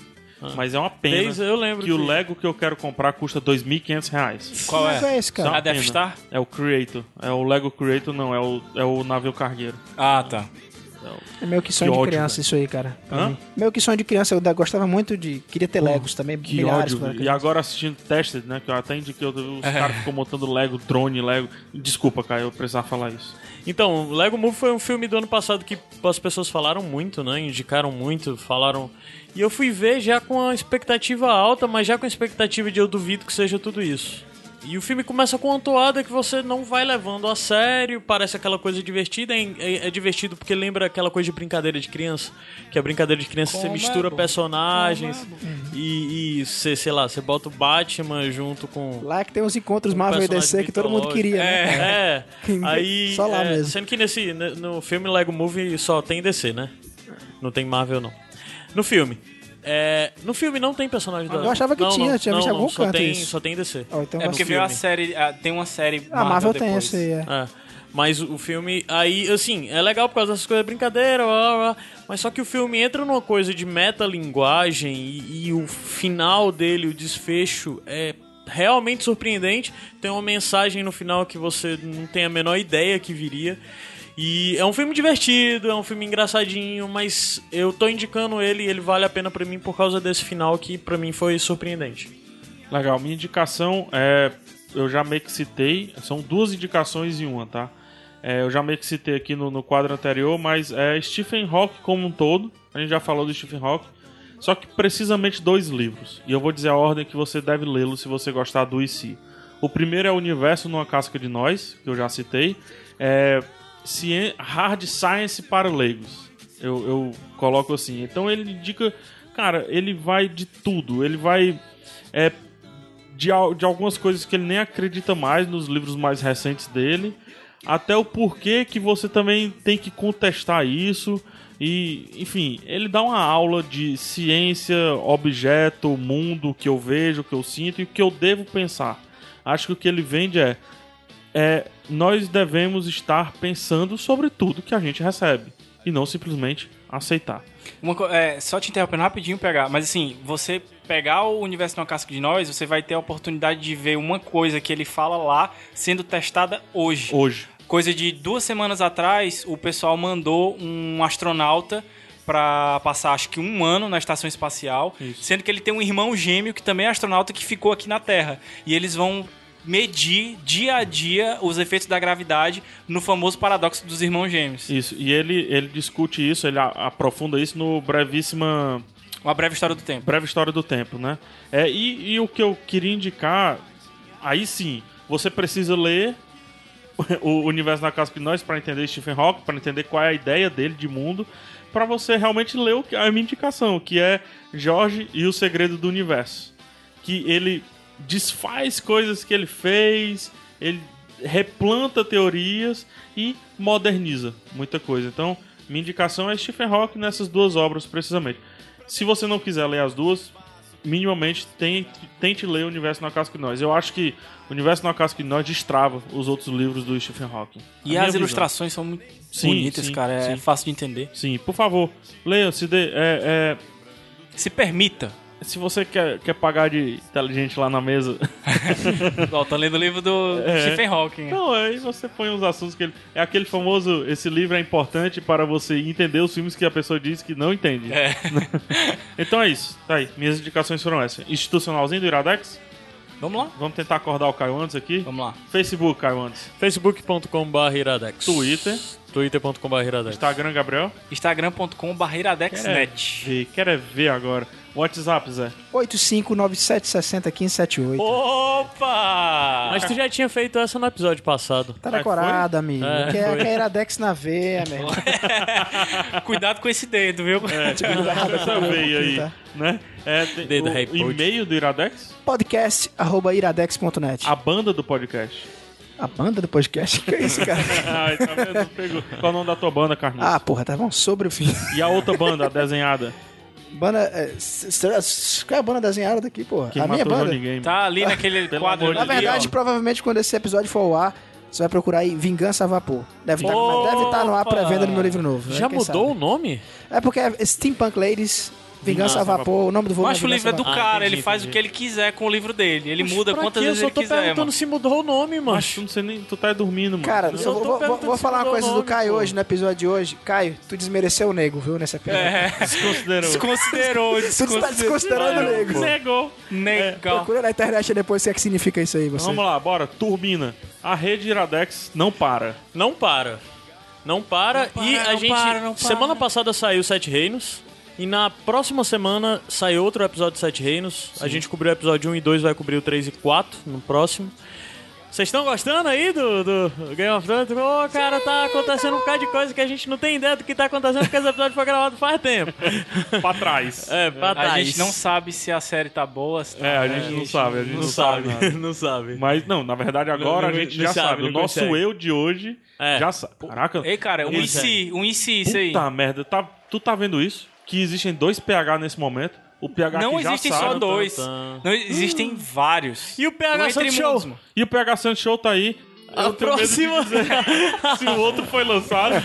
S1: Mas é uma pena
S2: Desde, eu lembro.
S1: que o Lego que eu quero comprar custa 2.500 reais.
S3: Qual
S4: Mas
S3: é?
S4: é esse,
S1: Isso é uma
S4: cara?
S3: A Death
S1: pena.
S3: Star?
S1: É o Creator. É o Lego Creator, não. É o, é o navio cargueiro.
S3: Ah, tá.
S4: É meio que sonho
S1: Que
S4: de
S1: ódio,
S4: criança isso aí, cara. pra
S1: Hã?
S4: mim. Meio que sonho de criança. Eu da- gostava muito de... Queria ter Legos também.
S1: Que
S4: milhares
S1: ódio.
S4: quando era
S1: E
S4: criança.
S1: agora assistindo Tested, né? Que eu até indiquei, eu- os caras ficam montando Lego, drone, Lego. Desculpa, cara, eu precisava falar isso.
S2: Então, Lego Movie foi um filme do ano passado que as pessoas falaram muito, né? Indicaram muito, falaram. E eu fui ver já com a expectativa alta, mas já com a expectativa de eu duvido que seja tudo isso. E o filme começa com uma toada que você não vai levando a sério, parece aquela coisa divertida, é, é- é divertido porque lembra aquela coisa de brincadeira de criança, que a brincadeira de criança você mistura personagens e, e você, sei lá, você bota o Batman junto com
S4: Lá que tem uns encontros
S2: um
S4: Marvel e
S2: personagem
S4: DC que todo mundo
S2: mitológico.
S4: queria,
S2: é,
S4: né?
S2: É. Aí,
S4: Só lá
S2: é,
S4: mesmo.
S2: Sendo que nesse, no no filme Lego Movie só tem DC, né? Não tem Marvel, não. No filme. É, no filme não tem personagem da
S4: eu achava que
S2: não,
S4: tinha,
S2: não,
S4: tinha visto
S2: não,
S4: em
S2: não,
S4: algum
S2: só
S4: canto
S2: tem,
S4: isso.
S2: Só tem DC. é
S4: Ó, então
S1: um
S4: vai
S2: no
S3: Porque
S4: ser.
S3: veio a
S2: filme.
S3: série. ah, tem uma série.
S4: A Marvel tem
S3: depois.
S4: essa aí, é.
S2: É. Mas o filme, aí, assim, é legal por causa dessas coisas, brincadeira, blá, blá, blá. mas só que o filme entra numa coisa de metalinguagem e, e o final dele, o desfecho, é realmente surpreendente. Tem uma mensagem no final que você não tem a menor ideia que viria. E é um filme divertido, é um filme engraçadinho, mas eu tô indicando ele e ele vale a pena pra mim por causa desse final que pra mim foi surpreendente.
S1: Legal, minha indicação é. Eu já meio que citei, são duas indicações em uma, tá? É, eu já meio que citei aqui no, no quadro anterior, mas é Stephen Hawking como um todo. A gente já falou do Stephen Hawking. Só que precisamente dois livros. E eu vou dizer a ordem que você deve lê-los se você gostar do IC. O primeiro é O Universo numa Casca de Nós, que eu já citei. É Cien- Hard Science para Leigos. Eu, eu coloco assim. Então ele indica. Cara, ele vai de tudo. Ele vai. é, de, al- de algumas coisas que ele nem acredita mais nos livros mais recentes dele, até o porquê que você também tem que contestar isso. E, enfim, ele dá uma aula de ciência, objeto, mundo, o que eu vejo, o que eu sinto e o que eu devo pensar. Acho que o que ele vende é, é nós devemos estar pensando sobre tudo que a gente recebe e não simplesmente aceitar.
S3: Uma co- é, só te interrompendo rapidinho, pegar, mas assim, você pegar o Universo no Casca de Nós, você vai ter a oportunidade de ver uma coisa que ele fala lá sendo testada hoje.
S1: Hoje.
S3: Coisa de duas semanas atrás, o pessoal mandou um astronauta pra passar acho que um ano na estação espacial, sendo que ele tem um irmão gêmeo que também é astronauta que ficou aqui na Terra. E eles vão medir dia a dia os efeitos da gravidade no famoso paradoxo dos irmãos gêmeos.
S1: Isso. E ele, ele discute isso, ele a- aprofunda isso no brevíssima
S3: Uma breve história do tempo.
S1: Breve História do Tempo, né? É, e, e o que eu queria indicar, aí sim, você precisa ler o Universo na Casa de Nós para entender Stephen Hawking, para entender qual é a ideia dele de mundo, para você realmente ler o que, a minha indicação, que é Jorge e o Segredo do Universo. Que ele desfaz coisas que ele fez, ele replanta teorias e moderniza muita coisa. Então, minha indicação é Stephen Hawking nessas duas obras, precisamente. Se você não quiser ler as duas, minimamente tente, tente ler o Universo na Casca de Nós. Eu acho que o Universo na Casca de Nós destrava os outros livros do Stephen Hawking. A
S3: E
S1: minha
S3: as
S1: visão.
S3: ilustrações são muito
S1: Sim,
S3: bonitas,
S1: sim,
S3: cara. É
S1: sim.
S3: fácil de entender.
S1: Sim, por favor, leia, se dê, é,
S3: Se permita.
S1: é, se você quer, quer pagar de inteligente lá na mesa,
S3: Ó, tô lendo o livro do
S1: É.
S3: Stephen Hawking. né?
S1: não, aí você põe uns assuntos que ele... É aquele famoso, esse livro é importante para você entender os filmes que a pessoa diz que não entende.
S3: É.
S1: Então é isso, tá aí, minhas indicações foram essas. Institucionalzinho do Iradex,
S3: Vamos lá?
S1: vamos tentar acordar o Caio antes aqui.
S3: Vamos lá.
S1: Facebook, Caio antes.
S2: facebook.com.br iradex
S1: Twitter.
S2: twitter.com.br iradex
S1: Instagram, Gabriel.
S3: instagram.com barreiradexnet.
S1: Ver, quero é ver agora. WhatsApp, Zé.
S4: 8597601578.
S3: Opa!
S2: Mas tu já tinha feito essa no episódio passado.
S4: Tá
S1: Mas
S4: decorado, amigo.
S2: É,
S4: quer,
S2: foi.
S4: quer Iradex na veia, meu irmão.
S1: É.
S3: Cuidado com esse dedo, viu?
S1: Essa veia aí,
S4: tá.
S1: né? É, tem
S2: Dedo
S1: o
S2: Harry Potter.
S1: e-mail do Iradex,
S4: Podcast arroba iradex.net.
S1: a banda do podcast.
S4: A banda do podcast? Que é isso, cara?
S1: Ai, tá vendo? Não pegou. Qual é o nome da tua banda, Carlinhos?
S4: ah, porra, tá bom. Sobre o fim.
S1: E a outra banda, a desenhada?
S4: Banda. é, s- s- qual é a banda desenhada daqui, porra?
S1: Que
S4: a minha
S1: matou o
S4: banda.
S1: Johnny Game.
S3: Tá ali naquele
S1: Pelo
S3: quadro.
S1: amor de
S4: Na
S3: ali,
S4: verdade,
S3: ó.
S4: provavelmente quando esse episódio for ao ar, você vai procurar aí Vingança a Vapor. Deve estar
S2: Opa!
S4: deve tá no ar pré-venda no meu livro novo. né?
S2: Já
S4: Quem
S2: mudou o
S4: sabe?
S2: nome?
S4: É porque é Steampunk Ladies, Vingança,
S1: Vingança a
S4: a Vapor, o nome do
S3: Eu
S4: volume
S3: acho que o livro é do
S4: Vingança a
S2: Ah,
S3: cara,
S2: entendi,
S3: ele faz o
S2: entendi.
S3: que ele quiser com o livro dele. Ele muda
S2: Pra
S3: quantas
S2: quê?
S3: vezes
S2: Eu
S3: ele
S2: só tô
S3: quiser,
S2: perguntando
S3: mano.
S2: se mudou o nome, mano.
S1: Mas tu não sei nem. Tu tá aí dormindo, mano.
S4: Vapor. Cara,
S2: tô
S4: eu vou, vou,
S2: perguntando
S4: vou
S2: se
S4: falar uma
S2: mudou
S4: coisa
S2: o
S4: do
S2: nome,
S4: Caio
S2: pô.
S4: hoje, no episódio de hoje. Caio, tu desmereceu o nego, viu, nessa piada.
S3: É.
S1: desconsiderou.
S3: Desconsiderou,
S4: Tu tá
S3: desconsiderou.
S4: desconsiderando o nego.
S1: Negou.
S3: Negão.
S4: Procura na internet depois o que, é que significa isso aí, você.
S1: Então Vamos lá, bora. Turbina. A rede Iradex não para.
S2: Não para. Não para. e a
S3: não
S2: gente.
S3: para, não para.
S2: Semana passada saiu Sete Reinos. E na próxima semana sai outro episódio de Sete Reinos. A gente cobriu o episódio 1 e 2, vai cobrir o 3 e 4 no próximo. Vocês estão gostando aí do, do Game of Thrones? Ô, cara, tá acontecendo um bocado de coisa que a gente não tem ideia do que tá acontecendo, porque esse episódio foi gravado faz tempo.
S1: Pra trás.
S2: É, pra
S3: A
S2: trás.
S3: gente não sabe se a série tá boa. se tá
S1: É, a
S3: ruim,
S1: gente não sabe, a gente não, sabe. nada.
S2: não sabe.
S1: Mas não, na verdade agora
S2: Não, não-
S1: a gente
S2: não
S1: já
S2: sabe,
S1: sabe. O
S2: não
S1: nosso
S2: consegue.
S1: eu de hoje
S2: É.
S1: já sabe. Caraca.
S3: Ei, cara, um
S1: Ele-
S3: e se, um e se isso aí.
S1: é. Puta merda, tá, tu tá vendo isso? Que existem dois PH nesse momento. O PH
S3: Não
S1: que já
S3: existem
S1: sabe,
S3: só dois.
S2: Tan, tan.
S3: Não existem vários.
S2: E o PH
S3: Não entre
S2: Santos Show?
S3: mundos, mano.
S1: E o PH Santos Show tá aí.
S2: A
S1: Eu tenho medo de
S2: próxima.
S1: dizer se o outro foi lançado,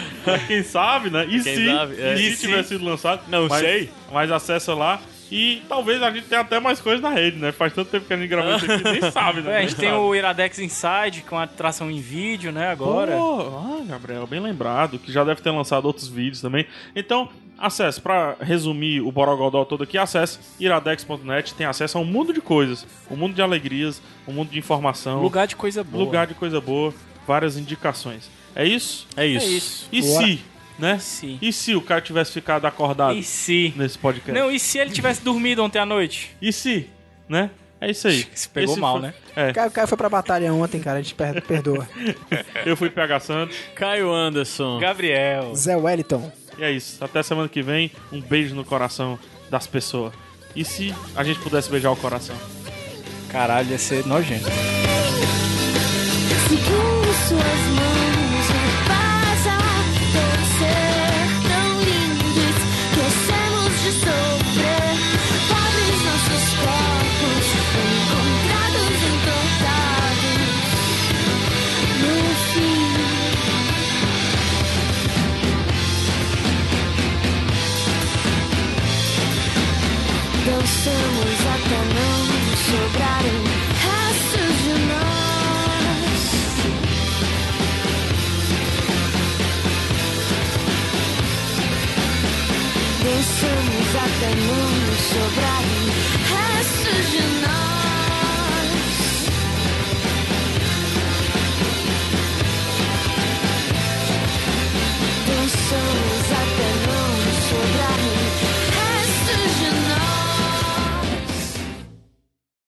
S1: quem sabe, né? E
S2: Quem
S1: se,
S2: sabe, é.
S1: e
S2: E
S1: se
S2: se?
S1: tiver sido lançado?
S2: Não
S1: mas,
S2: sei.
S1: Mas acessa lá E talvez a gente tenha até mais coisas na rede, né? Faz tanto tempo que a gente gravou isso aqui, nem sabe, né?
S3: É, a gente tem o Iradex Inside, com a atração em vídeo, né, agora.
S1: Pô, ah, Gabriel, bem lembrado, que já deve ter lançado outros vídeos também. Então, acesse, pra resumir o Borogodó todo aqui, acesse iradex.net, tem acesso a um mundo de coisas, um mundo de alegrias, um mundo de informação,
S3: Então, Lugar de coisa boa.
S1: lugar de coisa boa, várias indicações. É isso?
S2: É isso.
S3: isso.
S1: E
S4: Bora.
S1: se, né?
S3: se?
S1: E se o cara tivesse ficado acordado
S3: E se?
S1: nesse podcast?
S3: Não, e se ele tivesse dormido ontem à noite?
S1: E se, né? É isso aí.
S3: Se pegou
S1: Esse
S3: mal,
S1: foi-
S3: né?
S1: É,
S4: Caio, Caio foi pra batalha ontem, cara. A gente per- perdoa.
S1: eu fui PH Santos
S2: Caio Anderson.
S3: Gabriel.
S4: Zé Wellington.
S1: e é isso. Até semana que vem, um beijo no coração das pessoas. E se a gente pudesse beijar o coração?
S3: Caralho, ia ser nojento.
S6: Segure suas mãos e faça por ser tão lindos que somos de sofrer. Pobres nossos corpos, encontrados entortados no fim. Dançamos até não sobrarem restos de nós. Dançamos até não sobrarem restos de nós.